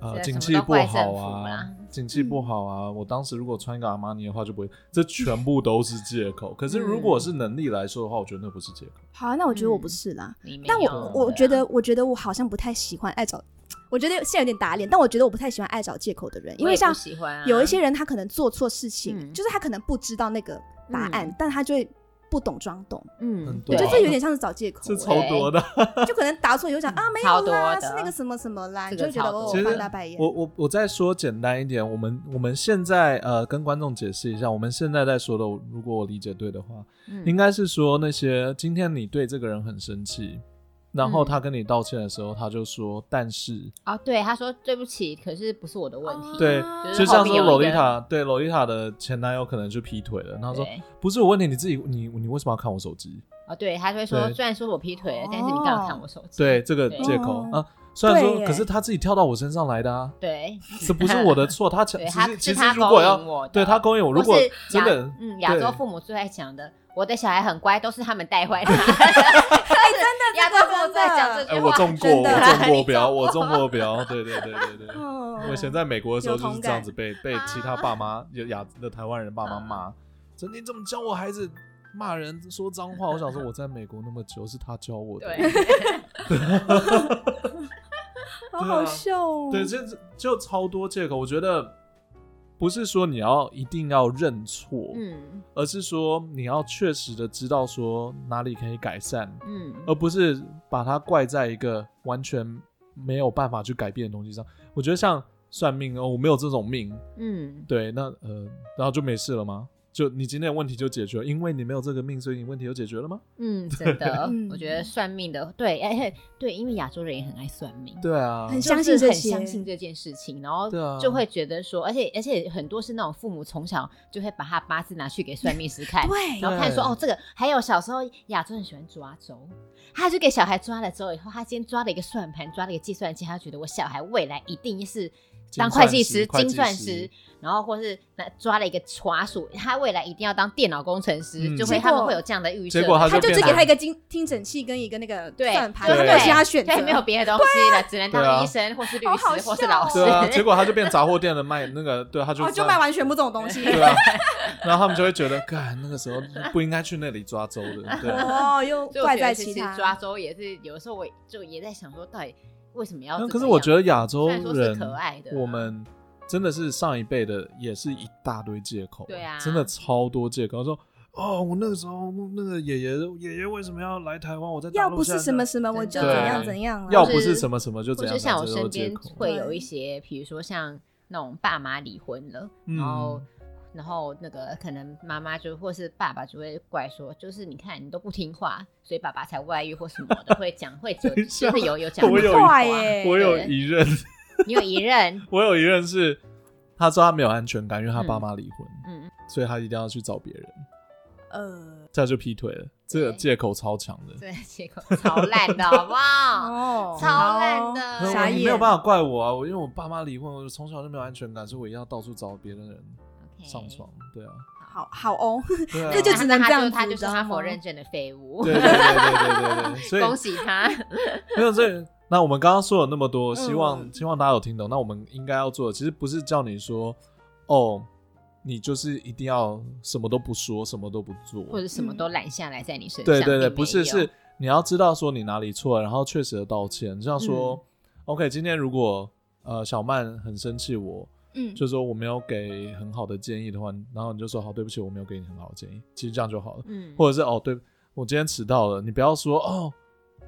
Speaker 2: 呃
Speaker 3: 对
Speaker 2: 景
Speaker 3: 什
Speaker 2: 气
Speaker 3: 么都
Speaker 2: 不
Speaker 3: 怪
Speaker 2: 好
Speaker 3: 政府
Speaker 2: 啊
Speaker 3: 啦，嗯
Speaker 2: 景气不好啊，我当时如果穿一个阿玛尼的话就不会，这全部都是借 口。可是如果是能力来说的话，我觉得那不是借口。
Speaker 1: 好啊，那我觉得我不
Speaker 3: 嗯
Speaker 1: 是啦，
Speaker 3: 你没
Speaker 1: 但
Speaker 3: 有
Speaker 1: 我我
Speaker 3: 对啊
Speaker 1: 觉得，我觉得我好像不太喜欢爱找，我觉得现在有点打脸，但我觉得我不太喜欢爱找借口的人，因
Speaker 3: 我
Speaker 1: 为
Speaker 3: 也不
Speaker 1: 像
Speaker 3: 喜欢啊
Speaker 1: 有一些人他可能做错事情，
Speaker 3: 嗯
Speaker 1: 就是他可能不知道那个答案，
Speaker 3: 嗯
Speaker 1: 但他就会不懂装懂，
Speaker 3: 嗯
Speaker 2: 很，
Speaker 1: 我
Speaker 2: 多
Speaker 1: 觉得
Speaker 2: 啊
Speaker 1: 这有点像是找借口
Speaker 2: 这
Speaker 1: 欸、
Speaker 2: 超多 的，
Speaker 1: 就可能答错以后讲啊没
Speaker 3: 嗯超
Speaker 1: 有
Speaker 3: 多
Speaker 1: 啦，
Speaker 3: 的
Speaker 1: 是那个什么什么啦，
Speaker 3: 这
Speaker 1: 你就
Speaker 3: 个
Speaker 1: 会觉得
Speaker 3: 超多
Speaker 1: 哦
Speaker 2: 其实
Speaker 1: 翻大白眼。
Speaker 2: 我我我再说简单一点，我们我们现在呃跟观众解释一下，我们现在在说的，如果我理解对的话，应
Speaker 3: 嗯
Speaker 2: 该是说那些今天你对这个人很生气，然后
Speaker 3: 嗯
Speaker 2: 他跟你道歉的时候，他就说但是。
Speaker 3: 哦，对，他说对不起，可是不是我的问题，
Speaker 2: 对
Speaker 1: 啊
Speaker 3: 就是
Speaker 2: 就
Speaker 3: 后
Speaker 2: 像
Speaker 3: 面
Speaker 2: 说
Speaker 3: 有一
Speaker 2: 洛
Speaker 3: 个
Speaker 2: 丽塔，对洛丽塔的前男友可能就劈腿了，然后说
Speaker 3: 对
Speaker 2: 不是我问你，你自己你你为什么要看我手机？
Speaker 3: 哦，对，他就会说
Speaker 2: 对
Speaker 3: 虽然说我劈腿了，但是你干嘛看我手机？
Speaker 2: 对这个
Speaker 3: 对
Speaker 2: 借口
Speaker 1: 哦
Speaker 2: 啊，虽然
Speaker 1: 对
Speaker 2: 说
Speaker 1: 耶
Speaker 2: 可是他自己跳到我身上来的 啊，
Speaker 3: 对
Speaker 2: 这不是我的错，他其
Speaker 3: 对，他
Speaker 2: 实其
Speaker 3: 是
Speaker 2: 实
Speaker 3: 他
Speaker 2: 如果
Speaker 3: 勾
Speaker 2: 要
Speaker 3: 引我的，
Speaker 2: 对他勾引我，如果
Speaker 3: 或是
Speaker 2: 真的
Speaker 3: 亚嗯，亚洲
Speaker 2: 对
Speaker 3: 父母最爱讲的，我的小孩很乖，都是他们带 坏他。哎，真的，亚洲父母最爱讲这句
Speaker 2: 哎
Speaker 3: 话。
Speaker 2: 我中过
Speaker 1: 真
Speaker 2: 我
Speaker 1: 的
Speaker 2: 中过标
Speaker 3: 你
Speaker 2: 我中过标，对对对对对。
Speaker 1: 哦
Speaker 2: 我以前在美国的时候就是这样子被被
Speaker 3: 有同感啊嗯
Speaker 2: 其他爸妈有亚的台湾人爸妈骂，说你怎么教我孩子骂人说脏话？我想说我在美国那么久是他教我的，
Speaker 3: 对，
Speaker 1: 好
Speaker 2: 对啊
Speaker 1: 好笑哦，
Speaker 2: 啊
Speaker 1: 哦
Speaker 2: 对，这就超多借口。我觉得不是说你要一定要认错，
Speaker 3: 嗯
Speaker 2: 而是说你要确实的知道说哪里可以改善，
Speaker 3: 嗯
Speaker 2: 而不是把它怪在一个完全没有办法去改变的东西上。我觉得像算命哦，我没有这种命，
Speaker 3: 嗯，
Speaker 2: 对，那呃，然后就没事了吗？就你今天的问题就解决了，因为你没有这个命，所以你问题就解决了吗？
Speaker 3: 嗯，真的
Speaker 1: 嗯，
Speaker 3: 我觉得算命的，对，哎、哎对，因为亚洲人也很爱算命，
Speaker 2: 对啊，
Speaker 1: 很
Speaker 3: 就
Speaker 1: 相信
Speaker 3: 是
Speaker 1: 这
Speaker 3: 很
Speaker 1: 些
Speaker 3: 相信这件事情，然后
Speaker 2: 对啊
Speaker 3: 就会觉得说，而且而且很多是那种父母从小就会把他八字拿去给算命师看。
Speaker 1: 对
Speaker 3: 然后看说
Speaker 2: 对
Speaker 3: 哦，这个还有小时候亚洲很喜欢抓周，他就给小孩抓了周以后，他今天抓了一个算盘，抓了一个计算机，他觉得我小孩未来一定是当会计师、
Speaker 2: 精
Speaker 3: 精
Speaker 2: 算
Speaker 3: 算
Speaker 2: 师
Speaker 3: 师，然后或是那抓了一个滑鼠，他未来一定要当电脑工程师，
Speaker 2: 嗯
Speaker 3: 就
Speaker 1: 结
Speaker 3: 会
Speaker 1: 果
Speaker 3: 他们会有这样的预设。
Speaker 2: 结果他
Speaker 1: 他
Speaker 2: 就
Speaker 1: 就只
Speaker 2: 变
Speaker 1: 给他
Speaker 2: 成
Speaker 1: 一个听听诊器跟一个那个
Speaker 3: 对
Speaker 1: 算盘，
Speaker 3: 对
Speaker 1: 他没有其他选择，
Speaker 3: 对，没有别的东西了，只能
Speaker 2: 对啊
Speaker 3: 当医生或是律
Speaker 1: 好好
Speaker 3: 师或是
Speaker 1: 笑
Speaker 3: 老
Speaker 1: 哦
Speaker 3: 师。
Speaker 2: 对啊，结果他就变杂货店的卖那个，对，他 就
Speaker 1: 哦，就
Speaker 2: 在
Speaker 1: 卖完全部这种东西。
Speaker 2: 对啊，然后他们就会觉得，干那个时候不应该去那里抓周的，对啊。
Speaker 1: 哦，又
Speaker 3: 所以我
Speaker 1: 怪
Speaker 3: 觉
Speaker 1: 在
Speaker 3: 得其
Speaker 1: 其
Speaker 3: 实
Speaker 1: 他
Speaker 3: 抓周也是，有时候我就也在想说，到底为什么要
Speaker 2: 那
Speaker 3: 这样？
Speaker 2: 可是我觉得亚洲
Speaker 3: 虽然说是
Speaker 2: 人
Speaker 3: 可爱的啊，
Speaker 2: 我们真的是上一辈的，也是一大堆借口，
Speaker 3: 对啊
Speaker 2: 真的超多借口。说哦，我那个时候那个爷爷爷爷为什么要来台湾？我在大
Speaker 1: 要
Speaker 2: 陆
Speaker 1: 不是
Speaker 2: 现在
Speaker 1: 什么什么，我就
Speaker 3: 真
Speaker 1: 怎
Speaker 3: 的
Speaker 1: 样
Speaker 2: 对
Speaker 1: 怎样啊。
Speaker 2: 啊要
Speaker 3: 就
Speaker 2: 不是
Speaker 3: 是
Speaker 2: 什么什么就
Speaker 3: 或
Speaker 2: 怎
Speaker 3: 是
Speaker 2: 样，
Speaker 3: 像
Speaker 2: 反
Speaker 3: 我
Speaker 2: 正都
Speaker 3: 身
Speaker 2: 是借
Speaker 3: 边
Speaker 2: 口。
Speaker 3: 会有一些，比如说像那种爸妈离婚了，
Speaker 2: 嗯
Speaker 3: 然后。然后那个可能妈妈就或是爸爸就会怪说，就是你看你都不听话，所以爸爸才外遇或什么的，会讲会就
Speaker 2: 等一下
Speaker 3: 就是有有讲
Speaker 2: 我有
Speaker 3: 这种话
Speaker 1: 快耶
Speaker 2: 我有
Speaker 3: 对
Speaker 2: 一任，
Speaker 3: 你有一任，
Speaker 2: 我有一任是，他说他没有安全感，因为他爸
Speaker 3: 嗯
Speaker 2: 妈离婚，
Speaker 3: 嗯，
Speaker 2: 所以他一定要去找别人，
Speaker 1: 呃，
Speaker 2: 这样就劈腿了。这个
Speaker 3: 对
Speaker 2: 借口超强的。
Speaker 3: 对，结果超烂的，好不好？
Speaker 1: 哦
Speaker 3: 超烂的
Speaker 2: 可是
Speaker 1: 傻
Speaker 2: 我
Speaker 1: 眼
Speaker 2: 你没有办法怪我啊，我因为我爸妈离婚，我从小就没有安全感，所以我一定要到处找别的人
Speaker 3: OK
Speaker 2: 上床。对啊，
Speaker 1: 好好哦，
Speaker 2: 对啊，
Speaker 1: 这就
Speaker 3: 然后
Speaker 1: 只能
Speaker 3: 他
Speaker 1: 这样子
Speaker 3: 他就
Speaker 1: 你
Speaker 3: 是
Speaker 1: 知道
Speaker 3: 他
Speaker 1: 吗
Speaker 3: 否认证的废物。
Speaker 2: 对对对对对对对， 所以
Speaker 3: 恭喜 他。
Speaker 2: 没有这。那我们刚刚说了那么多，
Speaker 1: 嗯
Speaker 2: 希望希望大家有听懂。那我们应该要做的，其实不是叫你说，哦，你就是一定要什么都不说，什么都不做，
Speaker 3: 或者什
Speaker 1: 嗯
Speaker 3: 么都揽下来在你身上。
Speaker 2: 对对对，
Speaker 3: 并
Speaker 2: 不
Speaker 3: 没
Speaker 2: 是
Speaker 3: 有
Speaker 2: 是你要知道说你哪里错了，然后确实的道歉，就像说、o k 今天如果呃小曼很生气我，
Speaker 1: 嗯，
Speaker 2: 就说我没有给很好的建议的话，然后你就说好，对不起，我没有给你很好的建议，其实这样就好了。
Speaker 3: 嗯，
Speaker 2: 或者是哦，对我今天迟到了，你不要说哦，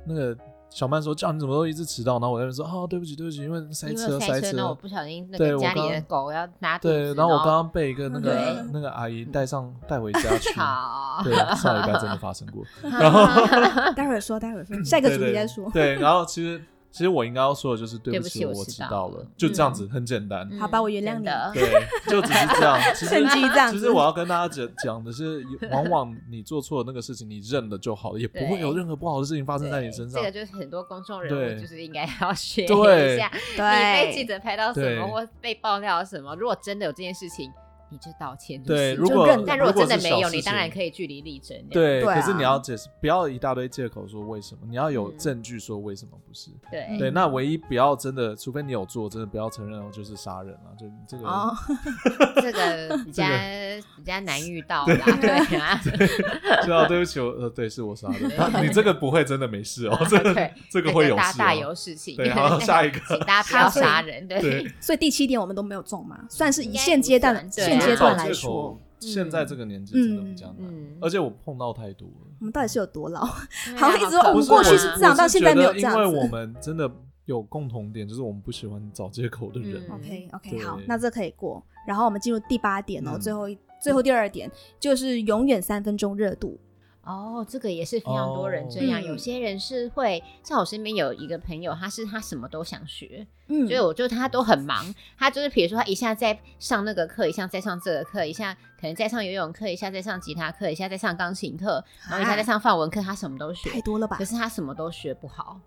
Speaker 2: 那个小曼说叫你怎么都一直迟到，然后我在那边说哦，对不起，对不起，因为塞
Speaker 3: 因为
Speaker 2: 车
Speaker 3: 塞
Speaker 2: 车，
Speaker 3: 那我不小心那
Speaker 2: 对
Speaker 3: 个
Speaker 2: 我
Speaker 3: 家里
Speaker 2: 刚
Speaker 3: 的狗要拿肚
Speaker 2: 对，
Speaker 3: 子，
Speaker 2: 然后我刚刚被一个那个
Speaker 1: 对
Speaker 2: 那个阿姨带上带回家去
Speaker 3: 好，
Speaker 2: 对，上礼拜真的发生过，然后。
Speaker 1: 待会儿说，待会儿说，下一个主题再说。
Speaker 2: 对，然后其实其实我应该要说的就是对
Speaker 3: 对
Speaker 2: 不
Speaker 3: 不
Speaker 2: 起，
Speaker 3: 起
Speaker 2: 我
Speaker 3: 我
Speaker 2: 迟
Speaker 3: 迟到
Speaker 2: 到
Speaker 3: 了
Speaker 2: 了，就这样子，
Speaker 3: 嗯
Speaker 2: 很简单。
Speaker 3: 嗯
Speaker 1: 好吧我原谅
Speaker 3: 真
Speaker 1: 你
Speaker 3: 的
Speaker 2: 对，就只是这样。其实
Speaker 1: 趁机这样
Speaker 2: 其
Speaker 1: 子
Speaker 2: 实我要跟大家讲讲的是，往往你做错那个事情，你认了就好了，也不会有任何不好的事情发生在你身上
Speaker 3: 这个。就是很多公众
Speaker 2: 对
Speaker 3: 人物就是应该要 学
Speaker 2: 对
Speaker 3: 一下，你被记
Speaker 1: 对，
Speaker 3: 者拍到什
Speaker 2: 对
Speaker 3: 么或被爆料什么，如果真的有这件事情，你就道歉就
Speaker 2: 对，
Speaker 3: 行。
Speaker 2: 如
Speaker 1: 就
Speaker 2: 果
Speaker 1: 认了
Speaker 3: 但如果真的
Speaker 2: 是
Speaker 3: 没
Speaker 2: 小
Speaker 3: 有，
Speaker 2: 事
Speaker 3: 你当然
Speaker 2: 情
Speaker 3: 可以据理力争。
Speaker 2: 对，
Speaker 1: 对
Speaker 2: 可
Speaker 1: 啊
Speaker 2: 是你要解释，不要一大堆借口说为什么，你要有
Speaker 3: 嗯哎
Speaker 2: 证据说为什么不是。
Speaker 3: 对
Speaker 2: 对，那唯一不要真的，除非你有做，真的不要承认哦就是杀人了，就这个
Speaker 1: 哦，
Speaker 3: 这 个比较比较难遇到啦，对啊，
Speaker 2: 对啊，对不起，我呃，对，是我杀的。他你这个不会真的没事哦，这个
Speaker 3: 对
Speaker 2: 这个会有
Speaker 3: 大
Speaker 2: 事、
Speaker 3: 大有
Speaker 2: 哦。
Speaker 3: 事情。
Speaker 2: 对好下一个
Speaker 3: 请大家不
Speaker 1: 下
Speaker 3: 要
Speaker 1: 一个
Speaker 3: 杀人，对
Speaker 2: 对，
Speaker 1: 所以第七点我们都没有中嘛，算是以
Speaker 3: 应该
Speaker 1: 现
Speaker 3: 不
Speaker 1: 阶段
Speaker 3: 算对啊
Speaker 1: 现阶段
Speaker 2: 找
Speaker 1: 来
Speaker 2: 借
Speaker 1: 说
Speaker 2: 口，现在这个年纪真的比较难，
Speaker 3: 嗯，
Speaker 2: 而且我碰到太多了。
Speaker 1: 我们到底是有多老？
Speaker 3: 对啊
Speaker 1: 好一直说
Speaker 3: 可
Speaker 1: 我
Speaker 2: 不
Speaker 1: 们
Speaker 2: 是
Speaker 1: 嗯过去
Speaker 2: 我
Speaker 1: 是这
Speaker 2: 我
Speaker 1: 样，到现在没有这
Speaker 2: 觉
Speaker 1: 样
Speaker 2: 得因为我
Speaker 1: 子。
Speaker 2: 们真的有共同点，就是我们不喜欢找借口的人。
Speaker 3: 嗯
Speaker 1: OK
Speaker 2: 对
Speaker 1: OK，好，那这可以过。然后我们进入第八点哦，
Speaker 2: 嗯
Speaker 1: 最后一最后第二点就是永远三分钟热度。
Speaker 3: 哦，这个也是非常多人这样。
Speaker 1: 哦
Speaker 3: 有些人是会，像我身边有一个朋友，他是他什么都想学，
Speaker 1: 嗯，
Speaker 3: 所以我就他都很忙。他就是比如说，他一下在上那个课，一下在上这个课，一下可能在上游泳课，一下在上吉他课，一下在上钢琴课，然后一下在上范文课，他什么都学。
Speaker 1: 啊太多了吧
Speaker 3: 可？是他什么都学不好，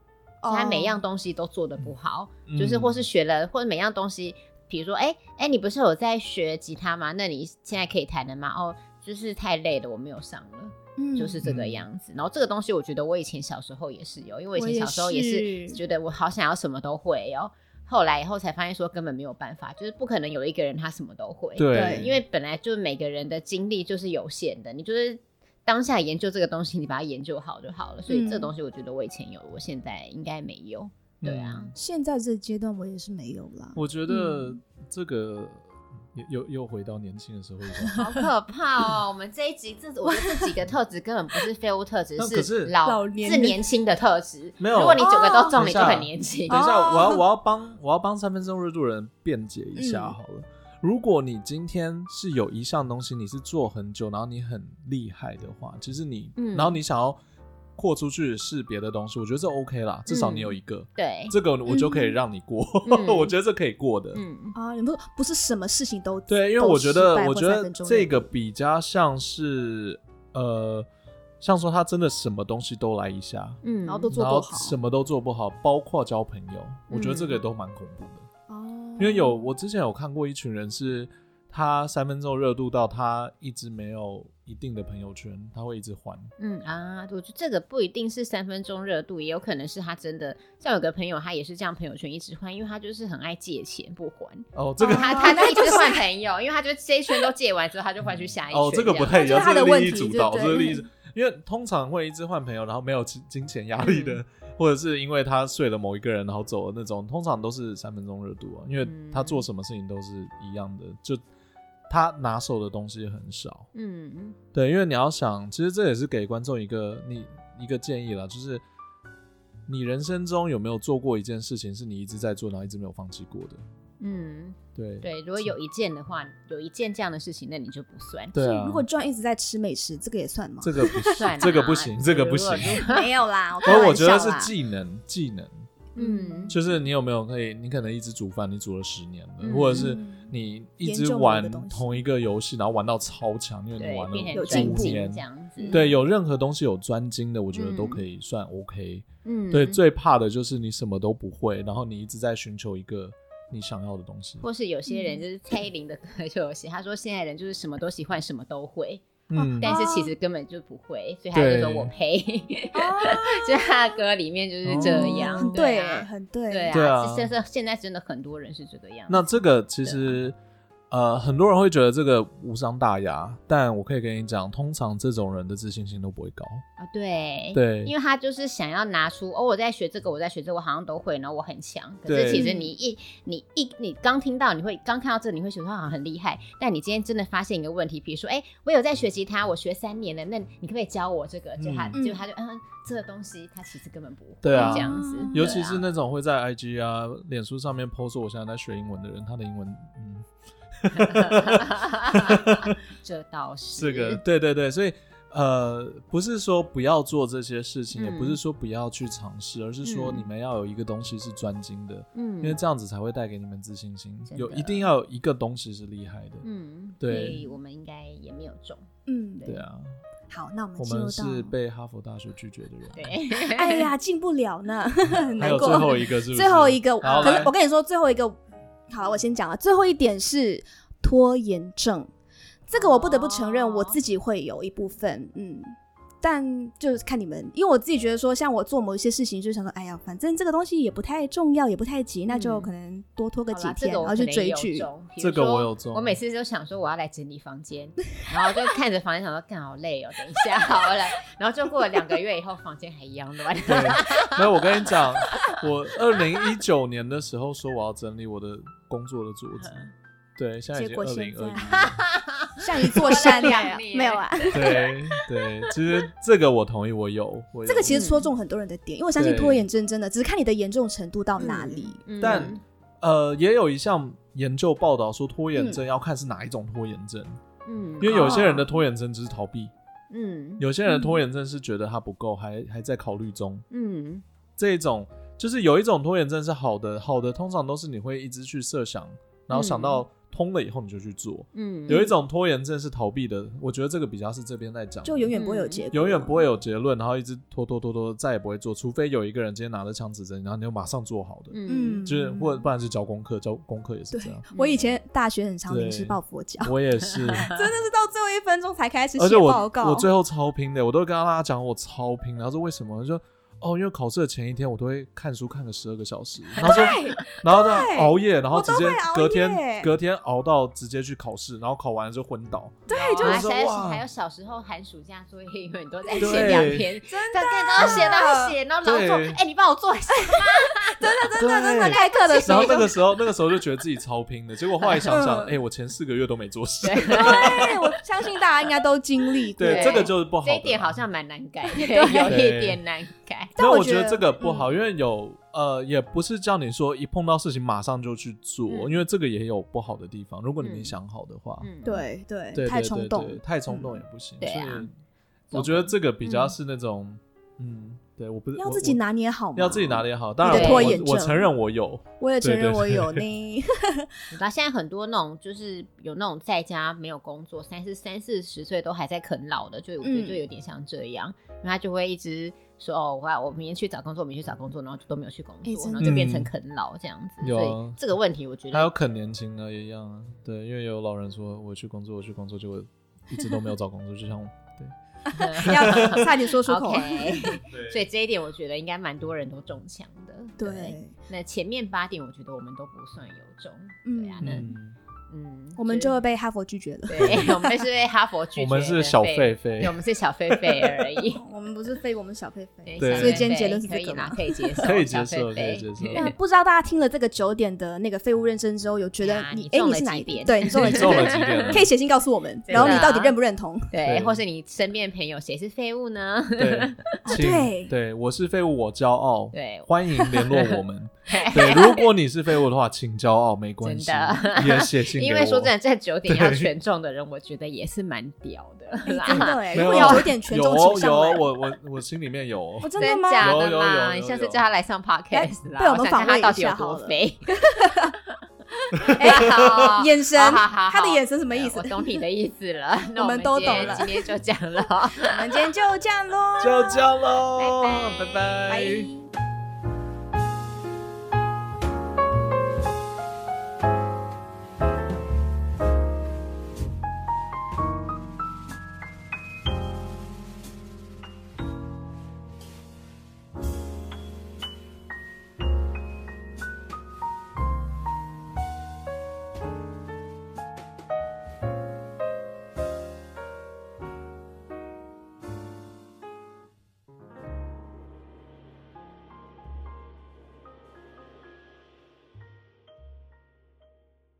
Speaker 1: 哦
Speaker 3: 他每样东西都做的不好，
Speaker 2: 嗯
Speaker 3: 就是或是学了，或者每样东西，比如说，哎、哎、你不是有在学吉他吗？那你现在可以弹了吗？哦，就是太累了，我没有上了。
Speaker 1: 嗯
Speaker 3: 就是这个
Speaker 2: 嗯
Speaker 3: 样子。然后这个东西，我觉得我以前小时候也是有，因为我以
Speaker 1: 我
Speaker 3: 前
Speaker 1: 也
Speaker 3: 小时候也是
Speaker 1: 是
Speaker 3: 觉得我好想要什么都会哦。后来以后才发现说根本没有办法，就是不可能有一个人他什么都会。
Speaker 2: 对
Speaker 1: 对，
Speaker 3: 因为本来就是每个人的精力就是有限的，你就是当下研究这个东西，你把它研究好就好了。所以这个
Speaker 1: 嗯
Speaker 3: 东西我觉得我以前有，我现在应该没有。对啊，
Speaker 2: 嗯
Speaker 1: 现在这个阶段我也是没有啦。
Speaker 2: 我觉得这个又又又回到年轻的时候一样。
Speaker 3: 好可怕哦！我们这一集，这我觉得这几个特质根本不是废物特质，
Speaker 2: 那可是
Speaker 3: 老
Speaker 1: 老年
Speaker 3: 是年轻的特质。
Speaker 2: 没有
Speaker 3: 如果你九个都
Speaker 2: 哦
Speaker 3: 中，你就
Speaker 2: 等一
Speaker 3: 很
Speaker 2: 下
Speaker 3: 年轻。
Speaker 2: 等一下，
Speaker 1: 哦
Speaker 2: 我要我要帮我要帮三分钟热度人辩解一下
Speaker 1: 嗯
Speaker 2: 好了。如果你今天是有一项东西你是做很久，然后你很厉害的话，其实你，
Speaker 3: 嗯
Speaker 2: 然后你想要扩出去是别的东西，我觉得这 OK
Speaker 1: 嗯
Speaker 2: 啦，至少你有一个，
Speaker 3: 对，
Speaker 2: 这个我就可以让你过，
Speaker 3: 嗯
Speaker 2: 我觉得这可以过的。
Speaker 3: 嗯，
Speaker 1: 啊，你不不是什么事情都
Speaker 2: 对，因为
Speaker 1: 都
Speaker 2: 我觉
Speaker 1: 失
Speaker 2: 得
Speaker 1: 败或
Speaker 2: 我觉
Speaker 1: 三
Speaker 2: 得
Speaker 1: 分钟
Speaker 2: 这
Speaker 1: 热
Speaker 2: 个
Speaker 1: 度
Speaker 2: 比较像是呃，像说他真的什么东西都来一下，
Speaker 3: 嗯，
Speaker 1: 然后都做
Speaker 2: 然
Speaker 1: 不
Speaker 2: 后
Speaker 1: 好
Speaker 2: 什么都做不好，包括交朋友，我觉得这个
Speaker 3: 嗯
Speaker 2: 都蛮恐怖的。
Speaker 1: 哦，
Speaker 2: 因为有我之前有看过一群人是，他三分钟热度到他一直没有一定的朋友圈，他会一直换。
Speaker 3: 嗯啊，我觉得这个不一定是三分钟热度，也有可能是他真的。像有个朋友，他也是这样，朋友圈一直换，因为他就是很爱借钱不还，
Speaker 2: 哦，这个
Speaker 3: 他他就一直换朋友，因为他觉得这一圈都借完之后，他就换去下一圈。
Speaker 2: 哦，这个不太一
Speaker 1: 这
Speaker 2: 样
Speaker 1: 样，就是他
Speaker 2: 这
Speaker 1: 的
Speaker 2: 个
Speaker 1: 问
Speaker 2: 利益
Speaker 1: 题
Speaker 2: 主
Speaker 1: 对
Speaker 2: 导，
Speaker 1: 不
Speaker 2: 这
Speaker 1: 对
Speaker 2: 个利益。因为通常会一直换朋友，然后没有金金钱压力的，或者是因为他睡了某一个人然后走了那种，通常都是三分钟热度啊，因为他
Speaker 1: 嗯
Speaker 2: 做什么事情都是一样的，就他拿手的东西很少。
Speaker 3: 嗯
Speaker 2: 对，因为你要想，其实这也是给观众一个你一个建议啦，就是你人生中有没有做过一件事情是你一直在做，然后一直没有放弃过的？
Speaker 3: 嗯，
Speaker 2: 对
Speaker 3: 对，如果有一件的话，有一件这样的事情，那你就不算。
Speaker 2: 对啊，
Speaker 1: 如果 John 一直在吃美食，这个也算吗？
Speaker 2: 这个不
Speaker 3: 算啊
Speaker 2: 行，这个不行，这个不行。
Speaker 1: 没有啦，我
Speaker 2: 所以我觉得
Speaker 1: 开玩笑
Speaker 2: 是
Speaker 1: 啦
Speaker 2: 技能，技能
Speaker 3: 嗯，
Speaker 2: 就是你有没有可以，你可能一直煮饭，你煮了十年了，
Speaker 3: 嗯
Speaker 2: 或者是你一
Speaker 1: 研
Speaker 2: 直
Speaker 1: 究某
Speaker 2: 玩
Speaker 1: 个东西
Speaker 2: 同一个游戏，然后玩到超强，因为你玩
Speaker 3: 对，变
Speaker 1: 有
Speaker 2: 了
Speaker 3: 成
Speaker 2: 五
Speaker 3: 专
Speaker 1: 进步
Speaker 3: 精
Speaker 2: 年
Speaker 3: 这。样子。
Speaker 2: 对，有任何东西有专精的，我觉得都
Speaker 3: 嗯
Speaker 2: 可以算 OK。
Speaker 3: 嗯，
Speaker 2: 对，最怕的就是你什么都不会，然后你一直在寻求一个你想要的东西。
Speaker 3: 或是有些
Speaker 1: 嗯
Speaker 3: 人就是蔡依林的歌就有写，他说现在人就是什么都喜欢，什么都会，
Speaker 2: 嗯，
Speaker 3: 但是
Speaker 1: 哦
Speaker 3: 其实根本就不会，所以他就说
Speaker 2: 对
Speaker 3: 我呸，就他的歌里面就是这样，
Speaker 1: 很
Speaker 3: 对
Speaker 1: 对
Speaker 3: 啊，
Speaker 1: 很哦对，
Speaker 3: 对
Speaker 2: 对
Speaker 3: 啊，
Speaker 2: 啊
Speaker 3: 其实这现在真的很多人是这个样子。
Speaker 2: 那这个其实，呃，很多人会觉得这个无伤大雅，但我可以跟你讲，通常这种人的自信心都不会高。
Speaker 3: 啊，对
Speaker 2: 对
Speaker 3: 因为他就是想要拿出哦，我在学这个，我在学这个，我好像都会，然后我很强。可是
Speaker 2: 对
Speaker 3: 其实你一你一你刚听到，你会刚看到这个，你会觉得他好像很厉害。但你今天真的发现一个问题，比如说，哎，我有在学吉他，我学三年了，那你可不可以教我这个？就他、
Speaker 1: 嗯
Speaker 3: 就他就嗯，这个东西他其实根本不会
Speaker 2: 对啊
Speaker 3: 这样子，
Speaker 2: 尤其是
Speaker 3: 对啊
Speaker 2: 那种会在 IG 啊、脸书上面 post 我现在在学英文的人，他的英文，嗯，
Speaker 3: 这倒是
Speaker 2: 这个，对对对，所以呃，不是说不要做这些事情，
Speaker 3: 嗯
Speaker 2: 也不是说不要去尝试，而是说
Speaker 3: 嗯
Speaker 2: 你们要有一个东西是专精的，
Speaker 3: 嗯
Speaker 2: 因为这样子才会带给你们自信心。
Speaker 3: 真的
Speaker 2: 有一定要有一个东西是厉害的，
Speaker 3: 嗯，
Speaker 2: 对
Speaker 3: 所以我们应该也没有中，
Speaker 1: 嗯，
Speaker 2: 对啊。
Speaker 1: 好，那我们
Speaker 2: 我
Speaker 1: 进入
Speaker 2: 们是
Speaker 1: 到，
Speaker 2: 被哈佛大学拒绝的人，
Speaker 3: 对，
Speaker 1: 哎呀，进不了呢， 很
Speaker 2: 还
Speaker 1: 难
Speaker 2: 有
Speaker 1: 过。
Speaker 2: 最后一个是不是
Speaker 1: 最后一个，
Speaker 2: 好
Speaker 1: 可
Speaker 2: 来
Speaker 1: 是我跟你说，最后一个，好了，我先讲了。最后一点是拖延症，这个我不得不承认，
Speaker 3: 哦
Speaker 1: 我自己会有一部分，嗯。但就是看你们，因为我自己觉得说，像我做某一些事情，就想说，哎呀，反正这个东西也不太重要，也不太急，那就
Speaker 3: 嗯
Speaker 1: 可能多拖个
Speaker 3: 好
Speaker 1: 几
Speaker 3: 啦这
Speaker 1: 天，
Speaker 3: 个我
Speaker 1: 然后去
Speaker 3: 可能也
Speaker 1: 追
Speaker 3: 有
Speaker 1: 剧。
Speaker 3: 中比如
Speaker 2: 这个我
Speaker 3: 说
Speaker 2: 有中
Speaker 3: 我每次都想说我要来整理房间， 然后就看着房间想说，干好累哦，等一下 好了，然后就过了两个月以后，房间还一样乱。
Speaker 2: 对，没有，我跟你讲，我二零一九年的时候说我要整理我的工作的桌子，对，现在已
Speaker 1: 嗯结
Speaker 2: 经二
Speaker 1: 果
Speaker 2: 零
Speaker 1: 现在
Speaker 2: 二一，
Speaker 1: 像一座山一
Speaker 3: 我来
Speaker 1: 样
Speaker 3: 两年，
Speaker 1: 没有啊？
Speaker 2: 对对，其实这个我同意，我有，我有
Speaker 1: 这个其实戳中很多人的点，因为我相信
Speaker 2: 对
Speaker 1: 拖延症真的只是看你的严重程度到哪里。
Speaker 3: 嗯
Speaker 2: 但呃，也有一项研究报道说拖延
Speaker 1: 嗯
Speaker 2: 症要看是哪一种拖延症，
Speaker 3: 嗯
Speaker 2: 因为有些人
Speaker 1: 哦
Speaker 2: 的拖延症只是逃避，
Speaker 3: 嗯
Speaker 2: 有些人的拖延症是觉得他不够，还还在考虑中，
Speaker 3: 嗯
Speaker 2: 这种就是有一种拖延症是好的，好的通常都是你会一直去设想，然后
Speaker 1: 嗯
Speaker 2: 想到通了以后你就去做。
Speaker 3: 嗯，
Speaker 2: 有一种拖延症是逃避的，我觉得这个比较是这边在讲的，
Speaker 1: 就永远不会有结果，
Speaker 2: 嗯永远不会有结论，然后一直拖拖拖拖，再也不会做，除非有一个人今天拿着枪指着你，然后你就马上做好的，
Speaker 3: 嗯
Speaker 1: 嗯
Speaker 2: 就是或者不然是交功课，交功课也是
Speaker 1: 对
Speaker 2: 这样。
Speaker 1: 我以前大学很常临时
Speaker 2: 对
Speaker 1: 抱佛 脚，
Speaker 2: 我也是，
Speaker 1: 真的是到最后一分钟才开始
Speaker 2: 而
Speaker 1: 写
Speaker 2: 且
Speaker 1: 报
Speaker 2: 我
Speaker 1: 告。
Speaker 2: 我最后超拼的，我都跟大家讲我超拼的。他说为什么？我就说哦，因为考试的前一天我都会看书看个十二个 小时，然后说然后再熬夜，然后直接
Speaker 1: 我都会熬夜
Speaker 2: 隔天隔天熬到直接去考试，然后考完了就昏倒。
Speaker 1: 对，
Speaker 3: 就
Speaker 1: 就
Speaker 2: 我
Speaker 1: 是
Speaker 2: 说
Speaker 3: 还有
Speaker 2: 哇
Speaker 3: 还有小时候寒暑假作业，永远都在
Speaker 2: 对
Speaker 3: 写两篇，
Speaker 1: 真
Speaker 3: 但看到写到写，然后老师说
Speaker 2: 对：“
Speaker 3: 哎，你帮我做一下。”
Speaker 2: 真的
Speaker 1: 真的开课的时
Speaker 2: 然
Speaker 1: 候
Speaker 2: 后，那个时候，那个时候就觉得自己超拼的，结果后来想想，
Speaker 1: 嗯
Speaker 2: 哎、我前四个月都没做事。
Speaker 3: 对
Speaker 1: 对，我相信大家应该都经历过。
Speaker 2: 对，这个就是不好的
Speaker 3: 这
Speaker 2: 啦。
Speaker 3: 一点好像蛮难 改的， 有一点难改。
Speaker 1: 但
Speaker 2: 那
Speaker 1: 我
Speaker 2: 我
Speaker 1: 觉
Speaker 2: 觉得
Speaker 1: 得嗯
Speaker 2: 这个不好，因为有呃，也不是叫你说一碰到事情马上就去做，
Speaker 3: 嗯
Speaker 2: 因为这个也有不好的地方。如果你没
Speaker 3: 嗯
Speaker 2: 想好的话，
Speaker 3: 嗯，
Speaker 1: 对对
Speaker 2: 对，
Speaker 1: 太
Speaker 2: 对
Speaker 1: 冲
Speaker 2: 对
Speaker 1: 动
Speaker 2: 对，太冲动也不行。
Speaker 3: 对啊
Speaker 2: 所以
Speaker 3: 动
Speaker 2: 我觉得这个比较是那种，嗯，对，我不是
Speaker 1: 要
Speaker 2: 我
Speaker 1: 自己
Speaker 2: 我
Speaker 1: 拿捏好嘛。
Speaker 2: 要自己拿。捏好。当然
Speaker 3: 你
Speaker 2: 我，
Speaker 3: 的
Speaker 1: 拖延
Speaker 2: 我我
Speaker 1: 症
Speaker 2: 承认我有，
Speaker 1: 我也承认
Speaker 2: 对对
Speaker 1: 我 有呢。
Speaker 3: 然后现在很多那种就是有那种在家没有工作，三四三四十岁都还在啃老的，就我觉得
Speaker 1: 嗯
Speaker 3: 就有点像这样，然后他就会一直说哦，我要我明天去找工作，我明天去找工作，然后就都没有去工
Speaker 1: 哎
Speaker 3: 作，
Speaker 1: 真的
Speaker 3: 然后就变成啃老这样子。
Speaker 2: 嗯有
Speaker 3: 所
Speaker 2: 啊
Speaker 3: 以这个问题，我觉
Speaker 2: 还有
Speaker 3: 得
Speaker 2: 啃年轻的一样啊。对，因为有老人说我去工作，我去工作，结果一直都没有找工作，就像我
Speaker 1: 要差点说 出口。啊
Speaker 3: OK，所
Speaker 2: 对
Speaker 3: 以这一点我觉得应该蛮多人都中枪的。
Speaker 1: 对，
Speaker 3: 那前面八点我觉得我们都不算有中，
Speaker 1: 嗯
Speaker 3: 对啊，那
Speaker 2: 嗯，
Speaker 3: 嗯，
Speaker 1: 我们
Speaker 3: 是
Speaker 1: 就会被哈佛拒绝了。
Speaker 3: 对，我们是被哈佛拒绝，
Speaker 2: 我们是小狒，狒
Speaker 3: 对，我，们是小狒狒而已。
Speaker 1: 我们不是飞，我们小狒狒。
Speaker 2: 对
Speaker 3: 小
Speaker 2: 所以
Speaker 3: 狒
Speaker 1: 今天
Speaker 3: 狒
Speaker 1: 结论是这
Speaker 3: 可以
Speaker 1: 个
Speaker 3: 啦
Speaker 1: 吗
Speaker 3: 可以接受，
Speaker 2: 可以接
Speaker 3: 小
Speaker 2: 受，
Speaker 3: 狒
Speaker 2: 可以
Speaker 3: 狒
Speaker 2: 接受。
Speaker 1: 那不知道大家听了这个九点的那个废物认证之后，有觉得
Speaker 3: 啊
Speaker 1: 你
Speaker 3: 你
Speaker 1: 哎
Speaker 3: 中
Speaker 1: 你
Speaker 3: 了
Speaker 1: 是哪一
Speaker 3: 几
Speaker 1: 点？
Speaker 3: 点
Speaker 1: 对，你 中了几
Speaker 2: 中了
Speaker 1: 点？
Speaker 2: 几点了
Speaker 1: 可以写信告诉我们，
Speaker 3: 真的
Speaker 1: 然
Speaker 3: 啊
Speaker 1: 后你到底认不认同？
Speaker 3: 对，
Speaker 2: 对
Speaker 3: 或是你身边的朋友谁是废 物呢？
Speaker 2: 对，
Speaker 1: 对
Speaker 2: 请对我是废物，我骄傲。
Speaker 3: 哦对
Speaker 2: 欢迎联络我 们。对，如果你是废物的话，请骄傲，没关系
Speaker 3: 真的，
Speaker 2: 也写信给我。
Speaker 3: 因为说真的，在九点要
Speaker 2: 对
Speaker 3: 全中的人，我觉得也是蛮屌的
Speaker 1: 哎
Speaker 3: 啦。
Speaker 1: 真的哎，
Speaker 2: 没
Speaker 1: 如
Speaker 2: 有
Speaker 1: 果
Speaker 2: 啊
Speaker 1: 有一点权
Speaker 2: 有
Speaker 1: 重
Speaker 2: 哦
Speaker 1: 倾
Speaker 2: 有
Speaker 1: 向
Speaker 2: 哦
Speaker 1: 哎，
Speaker 2: 我我我心里面有哦
Speaker 1: 我。真的
Speaker 3: 真
Speaker 1: 吗？
Speaker 3: 假
Speaker 2: 有
Speaker 3: 的
Speaker 2: 有
Speaker 3: 啦？
Speaker 2: 有
Speaker 3: 你
Speaker 2: 有
Speaker 3: 下次
Speaker 2: 有
Speaker 3: 叫他来上 podcast
Speaker 1: 被
Speaker 3: 啦，
Speaker 1: 我们
Speaker 3: 想看
Speaker 1: 访问
Speaker 3: 他
Speaker 1: 一
Speaker 3: 到底有
Speaker 1: 下好
Speaker 3: 多
Speaker 1: 了
Speaker 3: 肥。
Speaker 1: 哎
Speaker 3: 好
Speaker 1: 眼神，
Speaker 3: 好好好
Speaker 1: 他的眼神什么意思
Speaker 3: 我？懂你的意思了，那
Speaker 1: 我们都
Speaker 3: 今
Speaker 1: 懂
Speaker 3: 天
Speaker 1: 了
Speaker 3: 今 天就这样了，
Speaker 1: 我们今天就这样喽，
Speaker 2: 就这样喽，
Speaker 3: 拜
Speaker 2: 拜拜
Speaker 1: 拜。